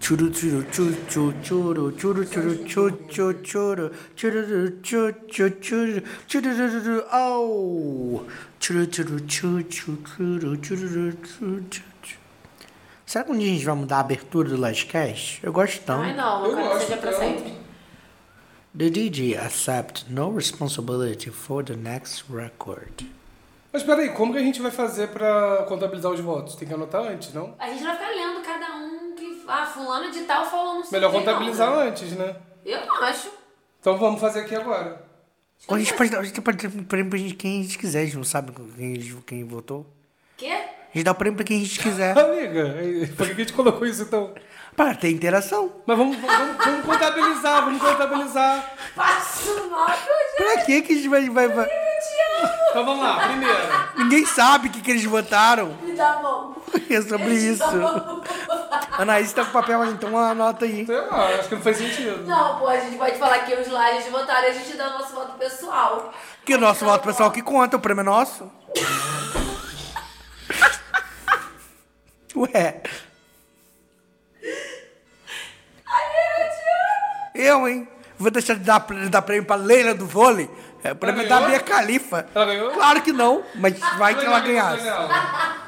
Churu churu chu chu churu churu churu chu chu churu churu chu chu churu churu churu churu oh churu churu chu chu churu churu chu chu chu. Será que um dia a gente vai mudar a abertura do Lashcast? Eu gosto Ai, tanto. não, eu Eu quero que gosto, seja pra eu- sempre. The DJ accept no responsibility for the next record. Mas peraí, como que a gente vai fazer pra contabilizar os votos? Tem que anotar antes, não? A gente vai ficar lendo cada um que. Ah, fulano de tal falou não sei Melhor quem, não. contabilizar antes, né? Eu não acho. Então vamos fazer aqui agora. Ou a é gente pode dar, a gente pode dar prêmio pra gente, quem a gente quiser, a gente não sabe quem, quem votou. Quê? A gente dá o prêmio pra quem a gente quiser. Ah, Amiga, por que que a gente colocou isso então? Para ter interação. Mas vamos, vamos, vamos contabilizar, vamos contabilizar. Passo mal, ah. eu já Pra que que a gente vai... vai, vai- te amo. Então vamos lá, primeiro. Ninguém sabe o que, que eles votaram. Me dá a mão. É sobre Me isso. dá a mão. Anaís tá com papel aí, então anota aí. Sei lá, acho que não faz sentido. Não, pô, a gente pode falar que os lajes votaram e a gente dá o nosso voto pessoal. Que o nosso voto pessoal que conta, o prêmio é nosso. Ué. Eu, hein? Vou deixar de dar, de dar prêmio pra Leila do vôlei. É, o prêmio é da ganhou? Bia Califa. Ela ganhou? Claro que não, mas vai que ela ganhasse. Daniela.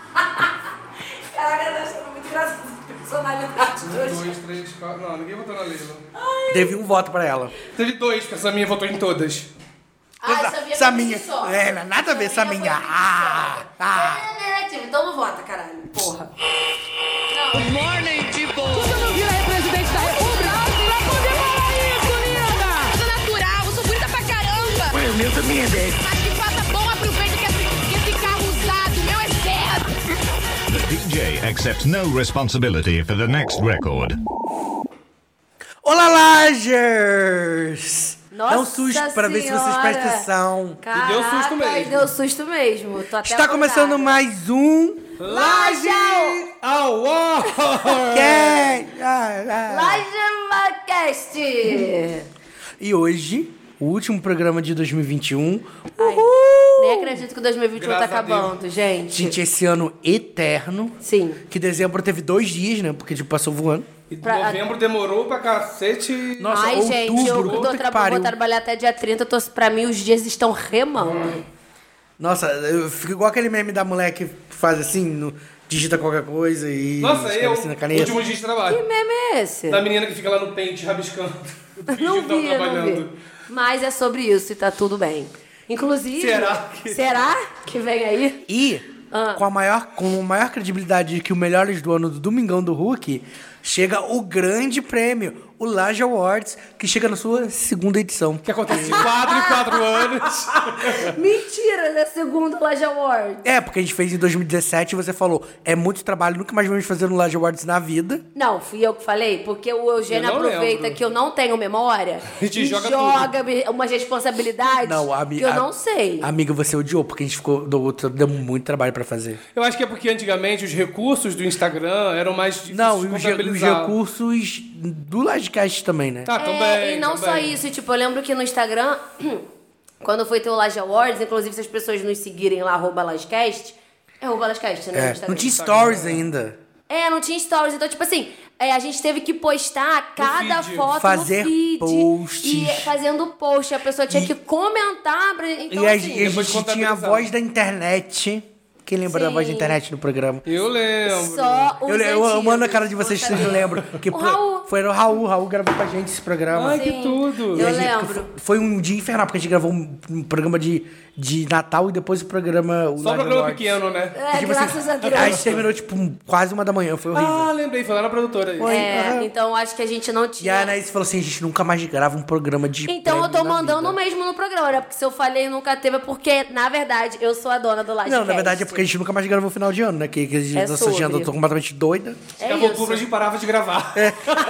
Caraca, eu tô achando muito engraçado a personalidade de Um, hoje. dois, três, quatro. Não, ninguém votou na Leila. Teve um voto pra ela. Teve dois, porque essa minha votou em todas. Ah, essa minha Essa foi minha- muito só. É, nada a ver, essa minha. foi muito Ah, só. É, ah. é negativo, então não vota, caralho. Porra. Não, Você não vira aí, presidente da República? Pra poder falar isso, linda! sou natural, eu sou bonita pra caramba. Ué, o meu também é 10. Mas que faça bom aproveito que esse, que esse carro usado, meu é certo. The DJ accepts no responsibility for the next record. Olá, Lagers! Dá um susto para ver se vocês Senhora! prestam atenção. Caraca, deu susto mesmo. e deu susto mesmo. Tô até Está começando mais. mais um. Laje Award! Cast! Ah, ah. LajeMacast! E hoje, o último programa de 2021. Nem acredito que 2021 Graças tá a Deus. acabando, gente. Gente, esse ano eterno. Sim. Que dezembro teve dois dias, né? Porque tipo, passou voando. E Pra- Novembro demorou pra cacete. Nossa, Ai, outubro, gente, eu puta tô que tra- pariu. vou trabalhar até dia 30, eu tô, pra mim os dias estão remando. Nossa, eu fico igual aquele meme da mulher que faz assim, no- digita qualquer coisa e. Nossa, escreve eu. assim na caneta. Último dia de Que trabalho. meme é esse? Da menina que fica lá no pente rabiscando. Não Fingindo que vi, tá não vi. Mas é sobre isso e tá tudo bem. Inclusive. Será que- Será que vem aí? E Ah. com, a maior, com a maior credibilidade que o Melhores do Ano do Domingão do Hulk, chega o grande prêmio, o Laje Awards, que chega na sua segunda edição. Que acontece de 4 em 4 anos. Mentira, né? da segunda Laje Award. É, porque a gente fez em 2017 e você falou, é muito trabalho, nunca mais vamos fazer no Laje Awards na vida. Não, fui eu que falei, porque o Eugênio Eu não aproveita lembro. que eu não tenho memória E te e joga joga me- umas responsabilidades Não, a, Ah, que eu não sei. Amiga, você odiou, porque a gente ficou, do outro, deu muito trabalho pra fazer. Eu acho que é porque antigamente os recursos do Instagram eram mais difíceis Não, e de os, re- os contabilizar. recursos do Lajecast também, né? Tá, É, também. e não só também. isso, tipo, eu lembro que no Instagram, quando foi ter o Laje Awards, inclusive se as pessoas nos seguirem lá, arroba Lajecast, é arroba Lajecast, né? no É, Instagram. não tinha stories ainda. É, não tinha stories. Então, tipo assim, é, a gente teve que postar cada feed. foto Fazer no feed. posts. E fazendo post. A pessoa tinha que comentar. Pra... Então, e a, assim, e a gente Depois tinha a contabilizava. voz da internet. Quem lembra da voz da Sim. internet no programa? Eu lembro. só os Eu, eu, eu antigos, mando a cara de vocês, vocês não porcaria. lembram. Que O pro- Raul. Foi o Raul, o Raul gravou com a gente esse programa. Ai, que tudo. E a Eu gente- lembro. Foi, foi um dia infernal, porque a gente gravou um, um programa de, de Natal e depois o programa. O Só um Laje programa Awards. pequeno, né? É, Tipo assim, graças a A gente Deus. terminou, tipo, um- quase uma da manhã, foi horrível. Ah, lembrei, foi lá na produtora. aí. Foi. É, Aham. então acho que a gente não E a tinha. Anaís falou assim: a gente nunca mais grava um programa de. é. Então eu prêmio tô na mandando vida. mesmo no programa, né? Porque se eu falei nunca teve, é porque, na verdade, eu sou a dona do Lajecast. Não, na verdade é porque a gente nunca mais gravou final de ano, né? Que, que a gente, um É nossa sobre. agenda tá completamente doida. É Acabou isso. outubro, a gente parava de gravar.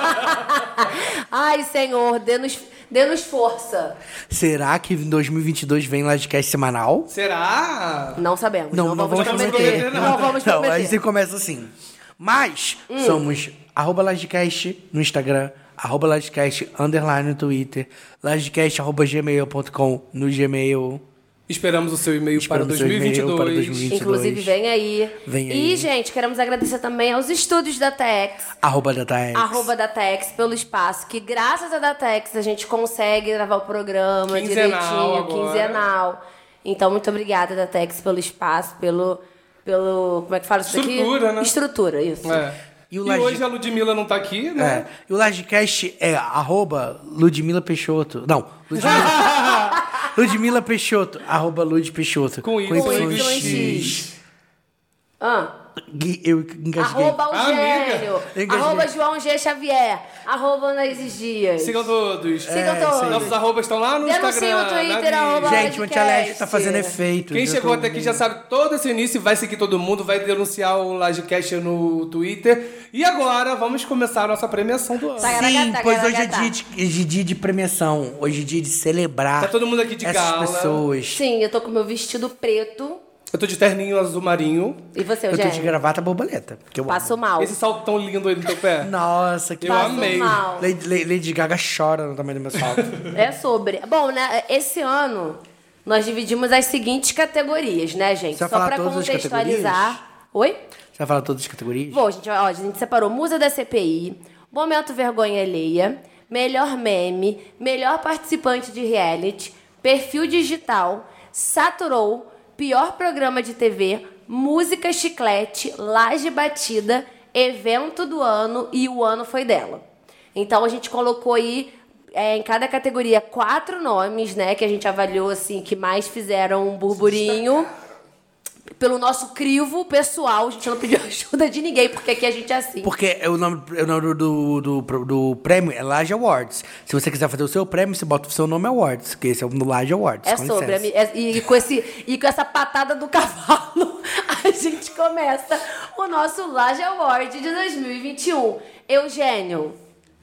É. Ai, senhor, dê-nos dê-nos força. Será que em 2022 vem Lajecast semanal? Será? Não sabemos. Não, não, vamos prometer. não. Não vamos Não, prometer. Hum. aí você começa assim. Mas somos arroba Lajecast no Instagram, arroba Lajecast underline no Twitter, Lajecast arroba gmail.com no Gmail. Esperamos o seu e-mail para Esperamos o seu e-mail 2022. para 2022. Inclusive, vem aí. Vem aí. E, gente, queremos agradecer também aos estúdios da TEX. Arroba da Taex. Arroba Datex pelo espaço, que graças a Datex a gente consegue gravar o programa Quinzenal direitinho, agora. quinzenal. Então, muito obrigada, Datex, pelo espaço, pelo. pelo como é que fala isso aqui? Estrutura, né? Estrutura, isso. É. E E, o Laje- hoje a Ludmilla não tá aqui, né? É. E o Lajcast é arroba Ludmila Peixoto. Não, Ludmila. Ludmila Peixoto. Arroba Lud Peixoto. Com Y. Com Y. Ah, Gui- Eu engasguei. arroba Ah, Amiga. Eugênio. Engasguei. Arroba João G. Xavier. Arroba Anaíses Dias. Sigam todos. Sigam todos. Nossos arrobas estão lá no Denuncia Instagram. né? o Twitter, na bio. arroba- Gente, podcast. o Antialérgico tá fazendo efeito. Quem Eu chegou tô- até aqui já sabe todo esse início, vai seguir todo mundo, vai denunciar o Lajecast no Twitter. E agora vamos começar a nossa premiação do ano. Tá. Sim, Tagaragatá, pois hoje é, tagaragatá. dia de, hoje é dia de premiação. Hoje é dia de celebrar Tá todo mundo aqui de essas gala. pessoas. Sim, eu tô com meu vestido preto. Eu tô de terninho azul marinho. E você, eu tô Eugênio? de gravata borboleta. Porque eu Passo mal. Esse saltão lindo aí no teu pé. amo. Nossa, que Eu Passo amei. mal. Lady, Lady- Lady Gaga chora no tamanho do meu salto. É sobre. Bom, né? Esse ano nós dividimos as seguintes categorias, né, gente? Você vai Só falar pra todas as contextualizar. Oi? Você vai falar todas as categorias? Bom, gente, ó, a gente separou Musa da CPI, Momento Vergonha Alheia, Melhor Meme, Melhor Participante de Reality, Perfil Digital, Saturou, Pior Programa de TV, Música Chiclete, Laje Batida, Evento do Ano e O Ano Foi Dela. Então a gente colocou aí é, em cada categoria quatro nomes, né, que a gente avaliou assim que mais fizeram um burburinho pelo nosso crivo pessoal, a gente não pediu ajuda de ninguém, porque aqui a gente é assim. Porque é o nome, é o nome do, do, do, do prêmio é Laje Awards. Se você quiser fazer o seu prêmio, você bota o seu nome Awards, que esse é o do Laje Awards. É com sobre. licença. ami- é- e, com esse, e com essa patada do cavalo, a gente começa o nosso Laje Award de 2021. Eugênio,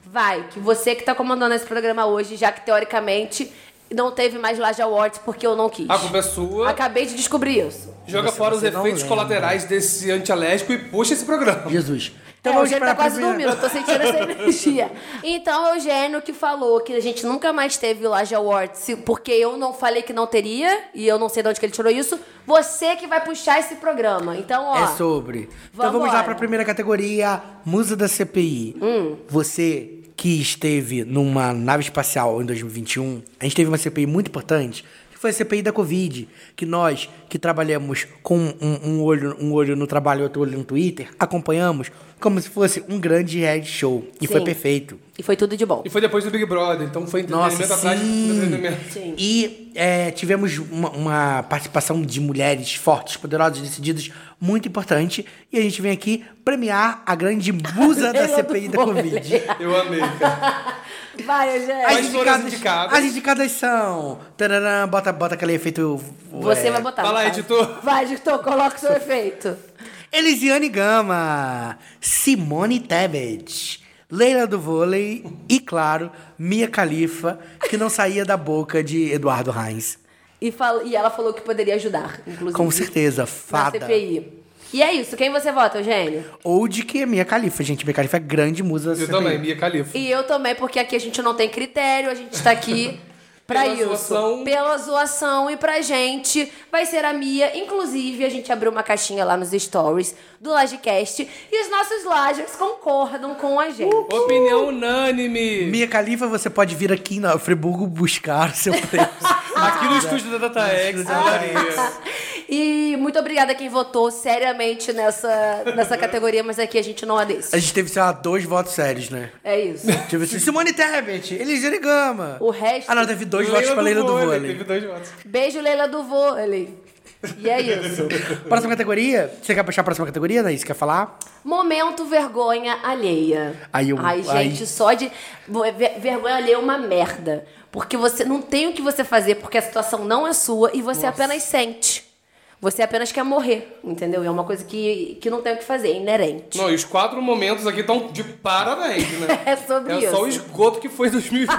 vai, que você que tá comandando esse programa hoje, já que teoricamente não teve mais Laje Awards porque eu não quis. A culpa é sua. Acabei de descobrir isso. Joga Você- fora os você não efeitos lembra. colaterais desse antialérgico e puxa esse programa. Jesus. Então é, o Eugênio pra tá quase primeira- dormindo, eu tô sentindo essa energia. Então, o Eugênio que falou que a gente nunca mais teve o Laje Awards, se- porque eu não falei que não teria, e eu não sei de onde que ele tirou isso, você que vai puxar esse programa. Então, ó, É sobre. Então vamos lá Vambora. para a primeira categoria, musa da CPI. Hum. Você que esteve numa nave espacial em 2021, a gente teve uma CPI muito importante, que foi a CPI da Covid, que nós que trabalhamos com um, um olho, um olho no trabalho e outro olho no Twitter, acompanhamos como se fosse um grande head show. E Sim. foi perfeito. e foi tudo de bom. E foi depois do Big Brother, então foi entretenimento Nossa, atrás de sim. entretenimento. Sim. E é, tivemos uma, uma participação de mulheres fortes, poderosas, decididas, muito importante. E a gente vem aqui premiar a grande musa da Ganhou do CPI da Covid. Eu amei, cara. Vai, Eugênio. Mas foram as indicadas. as indicadas são. Tarará, bota, bota aquele efeito. Você é, vai botar. Fala, no caso. editor. Vai, editor, coloca o seu efeito. Elisiane Gama, Simone Tebet, Leila do Vôlei e, claro, Mia Khalifa, que não saía da boca de Eduardo Reis. E, fal- e ela falou que poderia ajudar, inclusive. Com certeza, Na fada. CPI. E é isso, quem você vota, Eugênio? Ou de que é Mia Khalifa, gente. Mia Khalifa é grande musa. da Eu CPI. também, Mia Khalifa. E eu também, porque aqui a gente não tem critério, a gente tá aqui pra Pela isso. zoação. Pela zoação e pra gente vai ser a Mia. Inclusive, a gente abriu uma caixinha lá nos stories do Lajecast e os nossos Lajers concordam com a gente. Uh! Opinião unânime. Mia Khalifa, você pode vir aqui na Friburgo buscar o seu preço. Aqui no estúdio da DataX, na Maria. E muito obrigada a quem votou seriamente nessa, nessa categoria, mas aqui a gente não é A desse. gente teve, sei lá, dois votos sérios, né? É isso. Teve assim, Simone Tebet, Elisiane Gama. O resto- Ah, não, teve dois votos pra Leila do Vôlei. Teve dois votos. Beijo, Leila do Vôlei. E é isso. Próxima categoria? Você quer puxar a próxima categoria, Naís? Quer falar? Momento vergonha alheia. Aí eu- Ai, aí- gente, só de. ver- Vergonha alheia é uma merda. Porque você não tem o que você fazer, porque a situação não é sua e você apenas sente. Você apenas quer morrer, entendeu? É uma coisa que, que não tem o que fazer, é inerente. Não, e os quatro momentos aqui estão de parabéns, né? É sobre É só o isso. esgoto que foi 2021.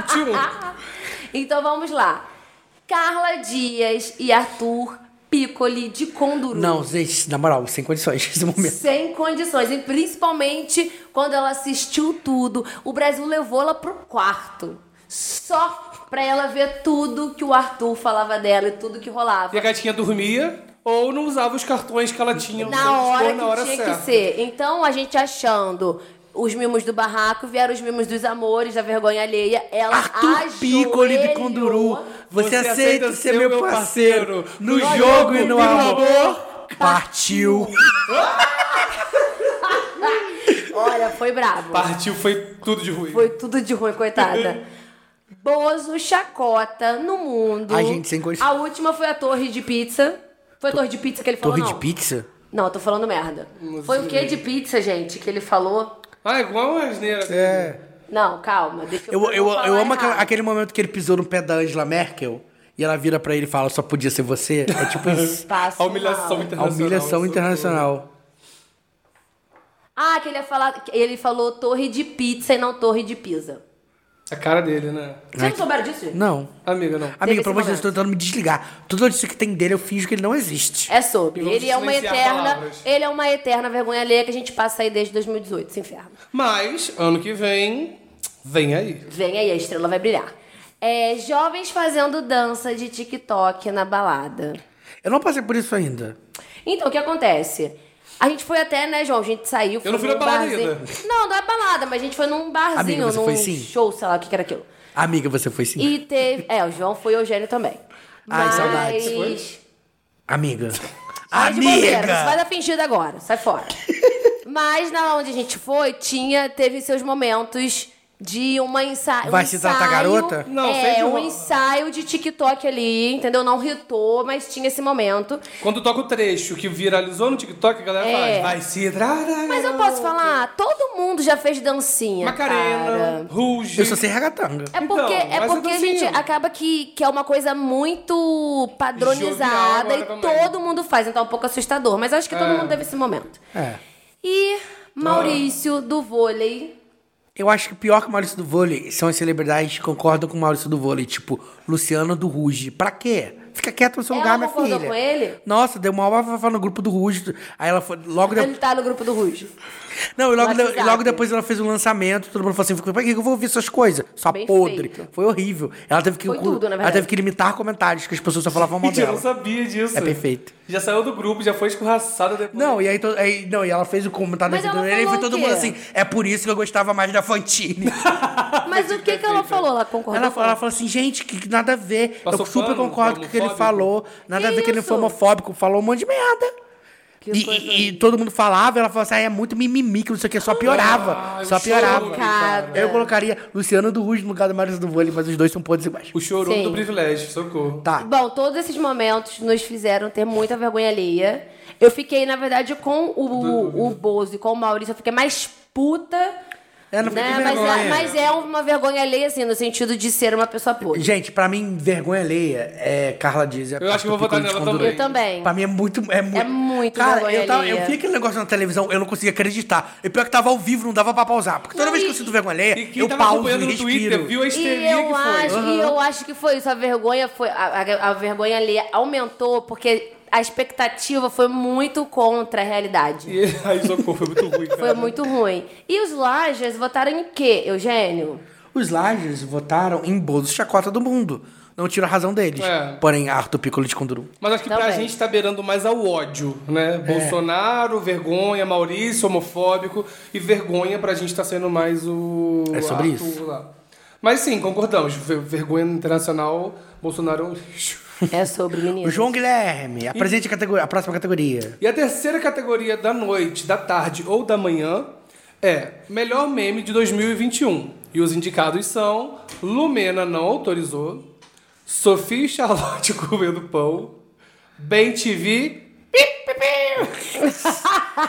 Então vamos lá. Carla Dias e Arthur Piccoli de Conduru. Não, gente, na moral, sem condições nesse momento. Sem condições. E principalmente quando ela assistiu tudo, o Brasil levou ela pro quarto. Só pra ela ver tudo que o Arthur falava dela e tudo que rolava. E a gatinha dormia ou não usava os cartões que ela tinha pra na hora dispor que na hora tinha certa. que ser. Então a gente achando os mimos do barraco, vieram os mimos dos amores, da vergonha alheia. Ela Arthur Piccoli de ajoelhou. Conduru, você aceita ser meu parceiro no no jogo e no amor? amor? Partiu! Olha, foi bravo. Partiu, foi tudo de ruim. Foi tudo de ruim, coitada. Bozo, chacota no mundo. Ai, gente, sem condição. A última foi a Torre de Pizza. Foi a Torre de Pizza que ele falou, Torre não? de pizza? Não, eu tô falando merda. Foi o que de pizza, gente, que ele falou? Ah, igual uma asneira. né? É. Não, calma, deixa eu Eu, eu, vou eu falar amo aquela- errado. aquele momento que ele pisou no pé da Angela Merkel e ela vira pra ele e fala: só podia ser você. É tipo isso. Passo A humilhação mal. A internacional. é humilhação internacional. Ah, que ele ia falar. que Ele falou torre de pizza e não torre de pizza. A cara dele, né? Vocês não souberam disso? gente? Não. Amiga, não. Amiga, esse pelo amor de Deus, momento. tô tentando me desligar. Tudo isso que tem dele, eu finjo que ele não existe. É E sobre. vamos Ele é uma silenciar eterna. palavras. Ele é uma eterna vergonha alheia que a gente passa aí desde 2018, esse inferno. Mas, ano que vem, vem aí. Vem aí, a estrela vai brilhar. É, jovens fazendo dança de TikTok na balada. Eu não passei por isso ainda. Então, o que acontece? A gente foi até, né, João? A gente saiu. foi não fui num na balada barzinho. ainda. Não, não é balada, mas a gente foi num barzinho, Amiga, você num foi sim? show, sei lá o que que era aquilo. Amiga, você foi sim. E teve. É, o João foi e o Eugênio também. Ai, mas... saudades. Amiga. Sai de bobeira, você vai Amiga! dar fingida agora, sai fora. Mas na onde a gente foi, tinha, teve seus momentos de uma ensaio. Vai um se tratar ensaio- garota? Não, é, sempre um uma- ensaio de TikTok ali, entendeu? Não ritou, mas tinha esse momento. Quando toca o trecho que viralizou no TikTok, a galera É. fala, vai se hidratar. Mas eu posso falar, todo mundo já fez dancinha. cara. Macarena, Ruge. Eu só sei regatanga. É Então, porque, é mas porque a é dancinha. gente acaba que, que é uma coisa muito Jovial padronizada agora e também. todo mundo faz, então é um pouco assustador. Mas acho que todo mundo teve esse momento. É. E Maurício do vôlei. Eu acho que pior que o Maurício do Vôlei são as celebridades que concordam com o Maurício do Vôlei, tipo Luciano do Ruge. Pra quê? Fica quieto no seu Ela lugar, minha concordou filha. com ele? Nossa, deu uma bafafá no grupo do Ruge. Aí ela foi logo... Ele é De... tá no grupo do Ruge. Não, e logo, no de- e logo WhatsApp. depois ela fez um lançamento, todo mundo falou assim, pra que eu vou ouvir essas coisas? Só Bem podre. feito. Foi horrível. Ela teve que... Foi tudo, na verdade. Ela teve que limitar comentários, que as pessoas só falavam mal Gente, eu não dela. sabia disso. É perfeito. Já saiu do grupo, já foi escorraçada depois. Não, e aí, to- aí- não, e ela fez o comentário Mas da vida ela dele e foi falou todo o quê? mundo assim, é por isso que eu gostava mais da Fantine. Mas o que, que ela falou? Ela concordou? Ela com fala, ela fala assim, gente, que que nada a ver. eu Passou super pano, concordo com o que ele homofóbico. falou. Nada a ver que ele isso? foi homofóbico, falou um monte de merda. Que E, coisa- e- e todo mundo falava, ela falava assim, ah, é muito mimimi, que não sei o que, só piorava. Ah, só eu piorava. choro, cara. Eu colocaria Luciano do Ruiz no lugar do Maurício do Vôlei, mas os dois são podres iguais. O chorume Sim. do privilégio, socorro. Tá. Bom, todos esses momentos nos fizeram ter muita vergonha alheia. Eu fiquei, na verdade, com o, o Bozo e com o Maurício, eu fiquei mais puta. É, não fiquei com mas, vergonha. é, mas é uma vergonha alheia, assim, no sentido de ser uma pessoa podre. Gente, pra mim, vergonha alheia é Carla Dias. É Eu acho que eu vou Piccolo votar de nela Condorê. Eu também. Pra mim é muito. É muito, É muito Cara, vergonha eu, tava, eu alheia. vi aquele negócio na televisão, eu não conseguia acreditar. E pior que tava ao vivo, não dava pra pausar. Porque toda Não, vez e- que eu sinto vergonha alheia, E quem eu tava pauso acompanhando e no Twitter respiro. viu a E histeria que eu, foi. acho, e eu acho que foi isso. A vergonha foi. A, a- a vergonha ali aumentou porque a expectativa foi muito contra a realidade. E aí, socorro, foi muito ruim, cara. Foi muito ruim. E os Lajas votaram em quê, Eugênio? Os Lagers votaram em Bozo Chacota do Mundo. Não tiro a razão deles. É. Porém, Arthur Piccolo de Conduru. Mas acho que pra Também. gente tá beirando mais ao ódio, É. né? Bolsonaro, vergonha, Maurício, homofóbico. E vergonha pra gente tá sendo mais o. É sobre Arthur isso. lá. Mas sim, concordamos. Ver- Vergonha internacional, Bolsonaro. é um lixo. É sobre O menino. João Guilherme, apresente a, categoria, a próxima categoria. E a terceira categoria da noite, da tarde ou da manhã é Melhor Meme de 2021. E os indicados são Lumena não autorizou, Sofia e Charlotte comendo pão, Ben TV.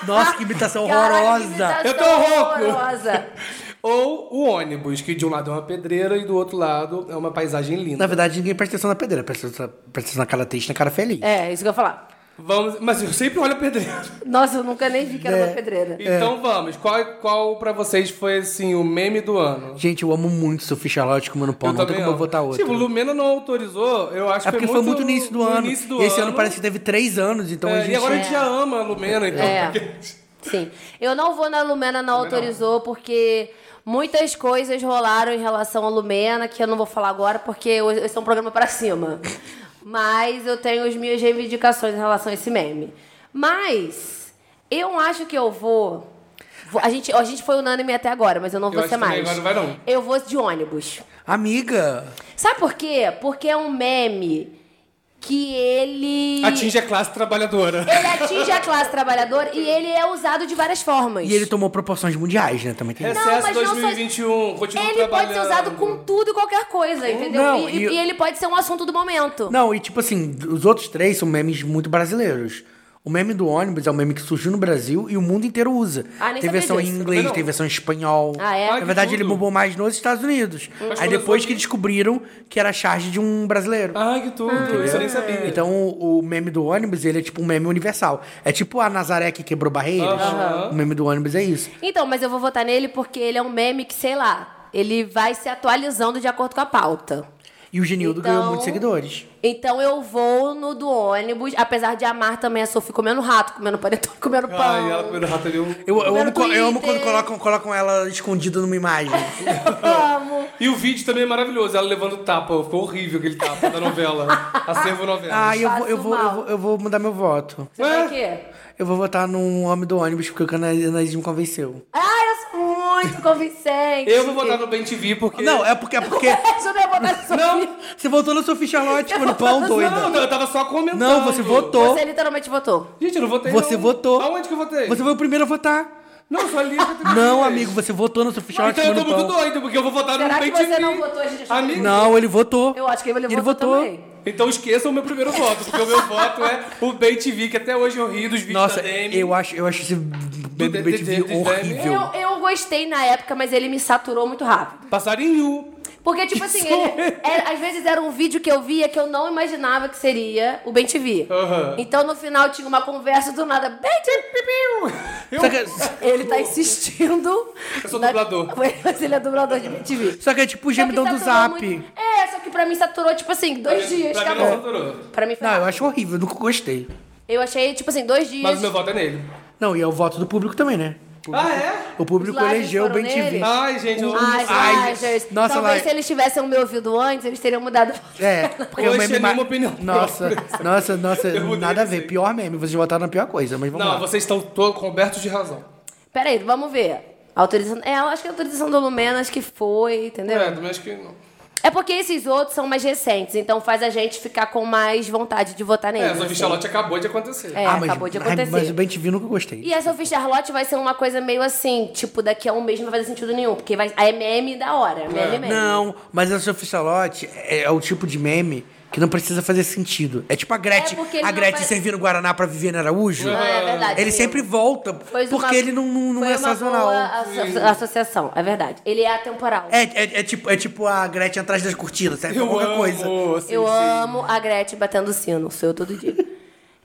Nossa, que imitação Caraca, que horrorosa. imitação Eu tô rouco. horrorosa. Ou o ônibus, que de um lado é uma pedreira e do outro lado é uma paisagem Na linda. verdade, ninguém presta atenção na pedreira. Presta atenção presta atenção na cara triste, na cara feliz. É, isso que eu ia falar. Vamos, mas eu sempre olho a pedreira. Nossa, eu nunca nem vi que era uma pedreira. É. Então vamos, qual, qual pra vocês foi assim o meme do ano? Gente, eu amo muito Sophie Charlotte comendo pão. não tem como eu amo. votar outra. Tipo, Lumena não autorizou, eu acho É que porque foi muito no início do no ano. início do e esse ano, ano parece que teve três anos, então a É, gente. E agora a é. gente já ama a Lumena, então. É. Sim. Eu não vou na Lumena, não autorizou, porque Muitas coisas rolaram em relação a Lumena, que eu não vou falar agora, porque hoje- esse é um programa pra cima. Mas eu tenho as minhas reivindicações em relação a esse meme. Mas eu acho que eu vou. vou- A gente, a gente foi unânime até agora, mas eu não Eu vou acho ser que também mais. agora não vai não. Eu vou de ônibus. Amiga, Sabe por quê? Porque é um meme que ele. Atinge a classe trabalhadora. Ele atinge a classe trabalhadora e ele é usado de várias formas. e tá ele tomou proporções mundiais, né? Também tem. Não, Recesso mas não só- 2021, continua Ele pode ser trabalhando. usado com tudo e qualquer coisa, entendeu? Não, e, e- e ele pode ser um assunto do momento. Não, e tipo assim, os outros três são memes muito brasileiros. O meme do ônibus é um meme que surgiu no Brasil e o mundo inteiro usa. Ah, nem tem sabia versão em disso. inglês, Não. tem versão em espanhol. Ah, é? Ah, Na que verdade, ele tudo. Hum. bombou mais nos Estados Unidos. Mas Aí quando depois foi- que descobriram que era charge de um brasileiro. Ai, que tudo. Isso eu nem sabia. Então, o o meme do ônibus, ele é tipo um meme universal. É tipo a Nazaré que quebrou barreiras. Aham. O meme do ônibus é isso. Então, mas eu vou votar nele porque ele é um meme que, sei lá, ele vai se atualizando de acordo com a pauta. E o Genildo Então- ganhou muitos seguidores. Então eu vou no do ônibus, apesar de amar também a Sophie comendo rato, comendo panetone, comendo pão. Ai, ela comendo rato ali. um- Eu, eu Comendo amo, co- eu amo Twitter. quando colocam, colocam ela escondida numa imagem. Amo. E o vídeo também é maravilhoso, ela levando tapa. Ficou horrível aquele tapa da novela. Acervo novela. ah, eu vou, eu, Faço vou, eu, mal. vou, eu vou mudar meu voto. Você vai Ué? o quê? Eu vou votar num homem do ônibus, porque o canalismo me convenceu. Ah, eu sou muito convincente. Eu vou votar no Ben TV porque. Não, é porque... É porque Deixa eu não ia votar na Sophie. não, você votou no Sophie Charlotte, tipo, no pão, Não, doida. eu tava só comentando. Não, você votou. Você literalmente votou. Gente, eu não votei. Você não. votou. Aonde que eu votei? Você foi o primeiro a votar. Não, só li. Não, amigo, você votou no Sophie Charlotte, Então eu tô comendo muito pão. doido, porque eu vou votar Será no que Ben você TV. não votou, a gente achou Amigo. Não, ele votou. Eu acho que ele, Ele votou, votou. também. Então esqueçam o meu primeiro voto, porque o meu voto é o Ben TV, que até hoje eu rio dos vídeos Nossa, da Demi. eu acho, eu acho esse meme do D- D- D- BTV D- horrível. Eu, eu gostei na época, mas ele me saturou muito rápido. Passarinho. Porque, tipo assim, ele, era- às vezes era um vídeo que eu via que eu não imaginava que seria o Ben TV. Aham. Então no final tinha uma conversa do nada. Ben TV! Só, que, é, Ele tá insistindo. Eu sou na- dublador. Mas ele é dublador de Ben TV. só que é tipo o gemidão do saturou zap. muito- É, só que pra mim saturou, tipo assim, dois dias, pra mim acabou. não saturou. Pra mim foi. Não, eu rápido. acho horrível, nunca gostei. Eu achei, tipo assim, dois dias. Mas o meu voto é nele. Não, e é o voto do público também, né? Ah, é? O público Os lives elegeu o foram Ben TV. nele? Ai, gente, eu Ai, Ai, Rogers. nossa, Talvez vai. se eles tivessem me ouvido antes, eles teriam mudado. É, porque Hoje o meme é ma- minha opinião Nossa, nossa, nossa, Eu mudei nada a de ver. jeito. Pior meme, vocês votaram na pior coisa, mas vamos Não, lá. vocês estão todos cobertos de razão. Peraí, vamos ver. Autorização. É, eu acho que a autorização do Lumena, acho que foi, entendeu? É, É. também acho que não. porque esses outros são mais recentes, então faz a gente ficar com mais vontade de votar É, neles. a Sophie assim. Charlotte acabou de acontecer. É, Ah, mas, acabou de ah, acontecer. Mas o Ben TV nunca gostei. E a Sophie Charlotte vai ser uma coisa meio assim, tipo, daqui a um mês não vai fazer sentido nenhum, porque vai... a MM da É. hora, MM meme. Não, mas a Sophie Charlotte é, é o tipo de meme que não precisa fazer sentido. É tipo a Gretchen, É porque ele a não Gretchen faz- servindo Guaraná pra Viviane Araújo. Ah, é verdade. Ele sim. sempre volta, Foi porque uma- ele não, não, não foi é uma sazonal. boa asso- associação, é verdade. Ele é atemporal. É, é, é tipo, é tipo a Gretchen atrás das cortinas, serve pra Eu qualquer amo. coisa. sim, Eu sim. amo a Gretchen batendo sino, sou eu todo dia.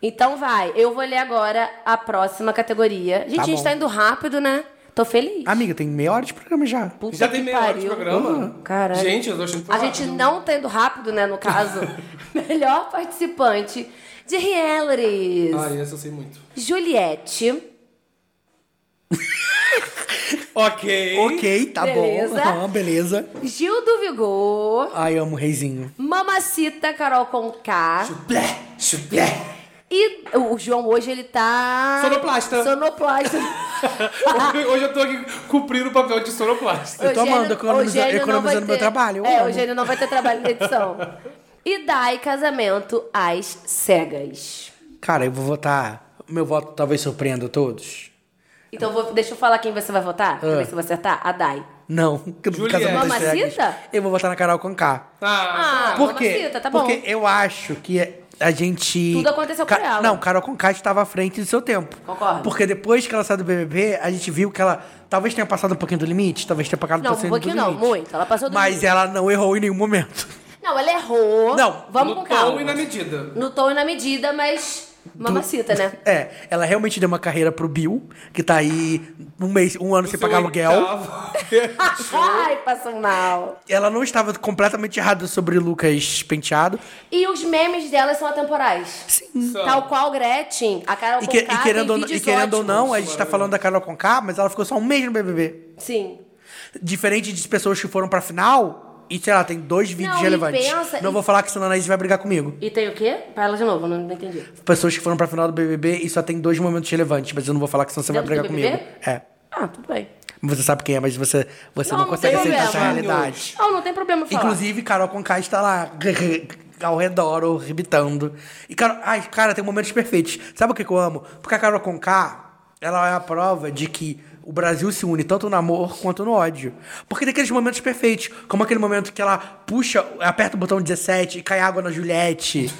Então vai, eu vou ler agora a próxima categoria. Gente, Tá a gente bom. tá indo rápido, né? Tô feliz. Amiga, tem meia hora de programa já. Puta Já que tem meia hora de pariu. Uhum. programa? Caralho. Gente, eu tô achando que A gente não tá indo rápido, né, no caso. Melhor participante de realities. Ai, Ah, essa eu sei muito. Juliette. Ok. Ok, tá Beleza. bom. Aham, beleza. Gil do Vigor. Ai, amo o reizinho. Mamacita Carol Conká. Chuplé, chuplé. É. E o João hoje ele tá. Sonoplasta. Sonoplasta. Hoje eu tô aqui cumprindo o papel de sonoplasta. Eu tô Eugênio- amando, economiza- Eugênio não economizando vai meu ter- trabalho, eu É, amo. o Gênio não vai ter trabalho na edição. E dai casamento às cegas. Cara, eu vou votar. Meu voto talvez surpreenda todos. Então vou, deixa eu falar quem você vai votar, pra Ah. ver se você acertar. A Dai. Não, que no Juliette. casamento das Mamacita? cegas, Eu vou votar na Carol Conká. Ah, Por quê? mamacita, tá bom. Porque eu acho que a gente. Tudo aconteceu por ela. Não, Carol Conká estava à frente do seu tempo. Concordo. Porque depois que ela saiu do BBB, a gente viu que ela talvez tenha passado um pouquinho do limite, talvez tenha passado Não, um um pouquinho pouquinho do não, limite. muito. Ela passou do Mas limite. ela não errou em nenhum momento. Não, ela errou. Não, Vamos no com calma. tom e na medida. No tom e na medida, mas mamacita, né? É, ela realmente deu uma carreira pro Bill, que tá aí um mês, um ano sem é pagar aluguel. Ah, Ai, passou mal. Ela não estava completamente errada sobre Lucas Penteado. E os memes delas são atemporais. Sim. Tal qual Gretchen, a Carol E, que- e Conká tem querendo, ou não- e vídeos querendo ou ótimos. não, a gente tá falando da Carol Conká, mas ela ficou só um mês no BBB. Sim. Diferente de pessoas que foram pra final, e sei lá, tem dois vídeos Não, e relevantes. pensa- não e- vou falar que senão a Anaís vai brigar comigo. E tem o quê? Fala de novo, não, não entendi. Pessoas que foram pra final do BBB e só tem dois momentos relevantes, mas eu não vou falar que senão você vai Dentro brigar do comigo. BBB? É. Ah, tudo bem. Você sabe quem é, mas você, você não, Não, não consegue tem aceitar essa problema. realidade. Não, não tem problema falar. Inclusive, Carol Conká está lá ao redor, orbitando. E, cara, ai, cara, tem momentos perfeitos. Sabe o que que eu amo? Porque a Carol Conká, ela é a prova de que o Brasil se une tanto no amor quanto no ódio. Porque tem aqueles momentos perfeitos, como aquele momento que ela puxa, aperta o botão 17 e cai água na Juliette.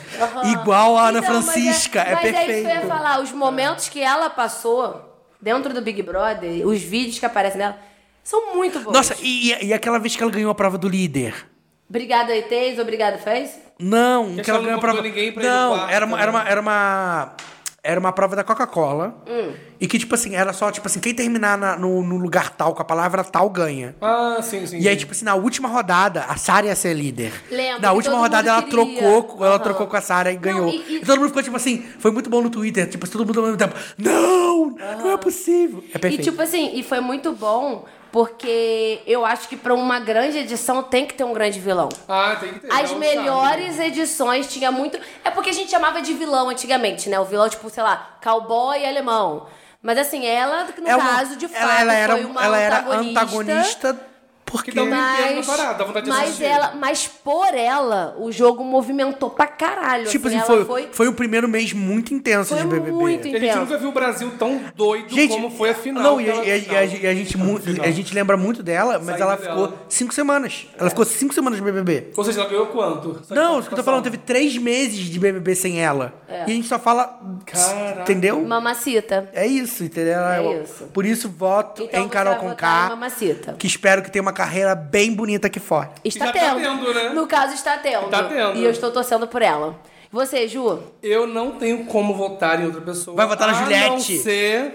Igual a Ana Então, mas Francisca, é, mas é isso perfeito. que eu ia falar. Os momentos que ela passou dentro do Big Brother, os vídeos que aparecem dela, são muito bons. Nossa, e, e aquela vez que ela ganhou a prova do líder? Obrigada, ETs. Obrigada, Face. Não, Que que ela ela não ganhou a convidou prova. ninguém pra ir no não, quarto era uma, era uma também. era uma era uma prova da Coca-Cola. Hum. E que tipo assim, era só tipo assim, quem terminar na- no, no lugar tal com a palavra tal ganha. Ah, sim, sim. E aí sim. tipo assim, na última rodada, a Sara ia ser líder. Lembro, na que última todo rodada mundo ela queria. trocou, ela Aham. trocou com a Sara e Não, ganhou. e- E, e- todo mundo ficou tipo assim, foi muito bom no Twitter, tipo, todo mundo ao mesmo tempo. Não, não é possível. É perfeito. E tipo assim, e foi muito bom, porque eu acho que pra uma grande edição tem que ter um grande vilão. Ah, tem que ter. é um As charme. né? melhores edições tinha muito. É porque a gente chamava de vilão antigamente, né? O vilão, tipo, sei lá, cowboy e alemão. Mas assim, ela, no É uma- caso, de fato, ela, ela era, um foi uma ela era antagonista. antagonista porque Que dá um tempero na Mas, parada, dá vontade de mas assistir. ela, mas por ela, o jogo movimentou pra caralho. Tipo assim, assim, foi, ela foi, foi o primeiro mês muito intenso Foi de BBB. muito A gente Entendo. nunca viu o Brasil tão doido como foi a final. Não, e, daquela a- e a- final. e a- e a gente, mu- Final. a gente lembra muito dela, mas Saída ela dela. ficou cinco semanas. Ela ficou cinco semanas de BBB. Ou seja, ela ganhou quanto? Só tá Não, de isso que eu tô falando, teve três meses de BBB sem ela. É. E a gente só fala. Caraca. Entendeu? mamacita. É isso, entendeu? Eu- isso. Por isso, voto Então em você Carol vai votar em Conká, mamacita. que espero que tenha uma carreira bem bonita aqui fora. Está já tá tendo. tendo, né? No caso, está tendo. Tá tendo. E eu estou torcendo por ela. Você, Ju? Eu não tenho como votar em outra pessoa. Vai votar na A não Juliette. ser...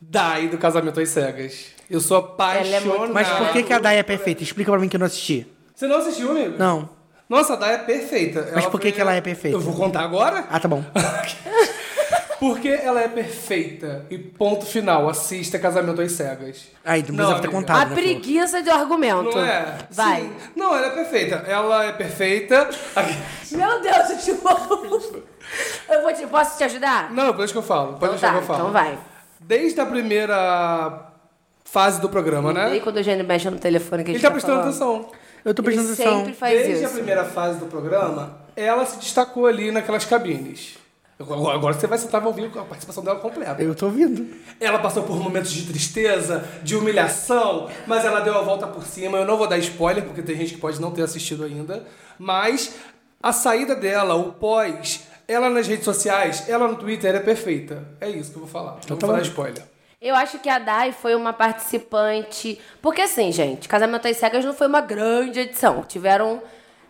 Dai, do Casamento às Cegas. Eu sou Ela é muito apaixonada. Mas por que, que a Maravilhoso. Dai é perfeita? Explica pra mim que eu não assisti. Você não assistiu, amigo? Não. Nossa, a Dai é perfeita. Mas por que que ela é perfeita? Eu vou contar agora? Ah, tá bom. Porque ela é perfeita. E ponto final. Assista Casamento às Cegas. Aí, tu não Não, precisava ter amiga. contado. né, a Flor? preguiça de argumento. Não é? Vai. Sim. Não, ela é perfeita. Ela é perfeita. Meu Deus, de novo. Eu vou te, posso te ajudar? Não, depois que eu falo. Depois então tá, deixar que eu falo. então vai. Desde a primeira fase do programa, E aí né? quando o Eugênio mexe no telefone que a Ele gente tá prestando falando, atenção. Eu tô prestando ele atenção. sempre faz Desde a isso. primeira fase do programa, ela se destacou ali naquelas cabines. Agora agora você vai sentar e vai ouvir a participação dela completa. Eu tô ouvindo. Ela passou por momentos de tristeza, de humilhação, mas ela deu a volta por cima. Eu não vou dar spoiler, porque tem gente que pode não ter assistido ainda. Mas a saída dela, o pós, ela nas redes sociais, ela no Twitter é perfeita. É isso que eu vou falar. Não tá vou bom. dar spoiler. Eu acho que a Dai foi uma participante. Porque assim, gente, Casamento às Cegas não foi uma grande edição. Tiveram,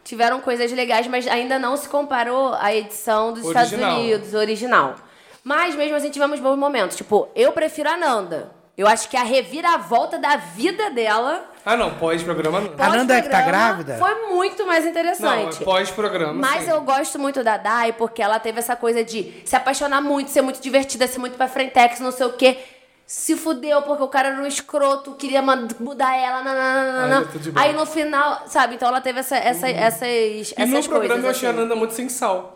tiveram coisas legais, mas ainda não se comparou à edição dos Original. Estados Unidos, original. Mas mesmo assim tivemos bons momentos. Tipo, eu prefiro a Nanda. Eu acho que a reviravolta da vida dela. Ah, não, pós-programa não. A Nanda é que tá pós-programa, grávida? Foi muito mais Não, é interessante. pós-programa. Mas sim. eu gosto muito da Dai porque ela teve essa coisa de se apaixonar muito, ser muito divertida, ser muito pra frentex, não sei o quê. Se fudeu porque o cara era um escroto, queria man- mudar ela, nananana. Aí tá de boa. Aí no final, sabe? Então ela teve essa, essa, essas, E essas no programa coisas. eu achei assim. a Nanda muito sem sal.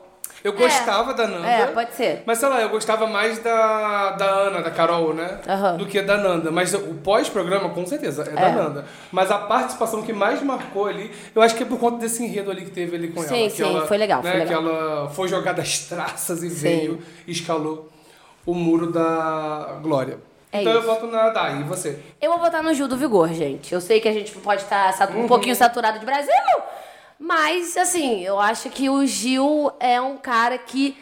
Eu gostava da Nanda. É, pode ser. Mas sei lá, eu gostava mais da, da Ana, da Carol, né? Aham. Do que da Nanda. Mas o pós-programa, com certeza, é, da É. Nanda. Mas a participação que mais marcou ali, eu acho que é por conta desse enredo ali que teve ali com ela. Sim, que sim, ela, foi legal, Né, foi legal. Que ela foi jogada às traças e veio, escalou o muro da Glória. É então eu isso. voto na Dai, e você? Eu vou votar no Gil do Vigor, gente. Eu sei que a gente pode estar satu- Uhum. um pouquinho saturado de Brasil, mas, assim, eu acho que o Gil é um cara que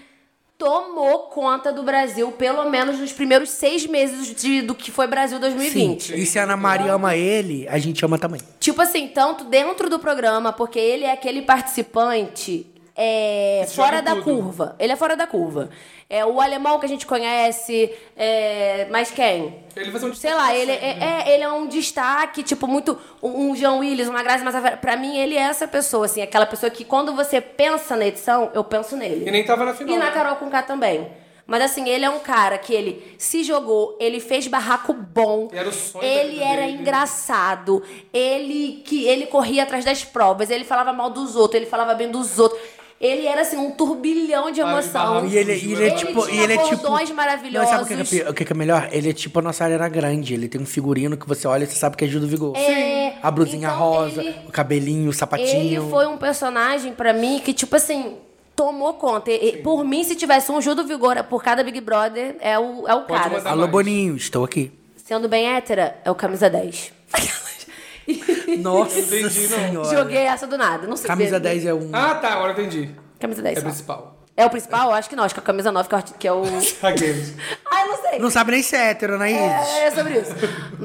tomou conta do Brasil, pelo menos nos primeiros seis meses de- do que foi Brasil 2020. Sim. E se a Ana Maria ama ele, a gente ama também. Tipo assim, tanto dentro do programa, porque ele é aquele participante é, se joga fora em da tudo. curva. Ele é fora da curva. É o alemão que a gente conhece, é, mas quem? Ele vai ser um Sei lá, ele é, é- ele é um destaque, tipo, muito. Um um João Willis, uma Grazi Massafera. Pra mim, ele é essa pessoa, assim, aquela pessoa que quando você pensa na edição, eu penso nele. E nem tava na final. E na né? Carol Conká também. Mas assim, ele é um cara que ele se jogou, ele fez barraco bom. Era o sonho da ele vida era dele. engraçado. Ele que ele corria atrás das provas, ele falava mal dos outros, ele falava bem dos outros. Ele era assim um turbilhão de Para de emoção. barraco. E ele, e ele é Ele tipo. tinha e ele é tipo bordões Não, sabe o que é maravilhosos. pi- o que, é, melhor? Ele é tipo a nossa Ariana Grande. Ele tem um figurino que você olha e você sabe que é Gil do Vigor. É, A blusinha então rosa, ele- o cabelinho, o Ele sapatinho. foi um personagem pra mim que, tipo assim, tomou conta. E- e por mim, se tivesse um Judo Vigor por cada Big Brother, é o, é o Pode cara. mandar Alô, mais. Boninho, estou aqui. Sendo bem hétera, é o camisa 10. Nossa entendi, não. senhora. Joguei essa do nada, não sei Camisa ver- 10 é um. Ah, tá, agora entendi. Camisa É 10. só. principal. Tá, É o principal? Acho que não, acho que é o camisa 9 que é o arti- que é o. Aqueles. Ai, não sei. Não sabe nem se é hétero, né, Isis? É, é sobre isso.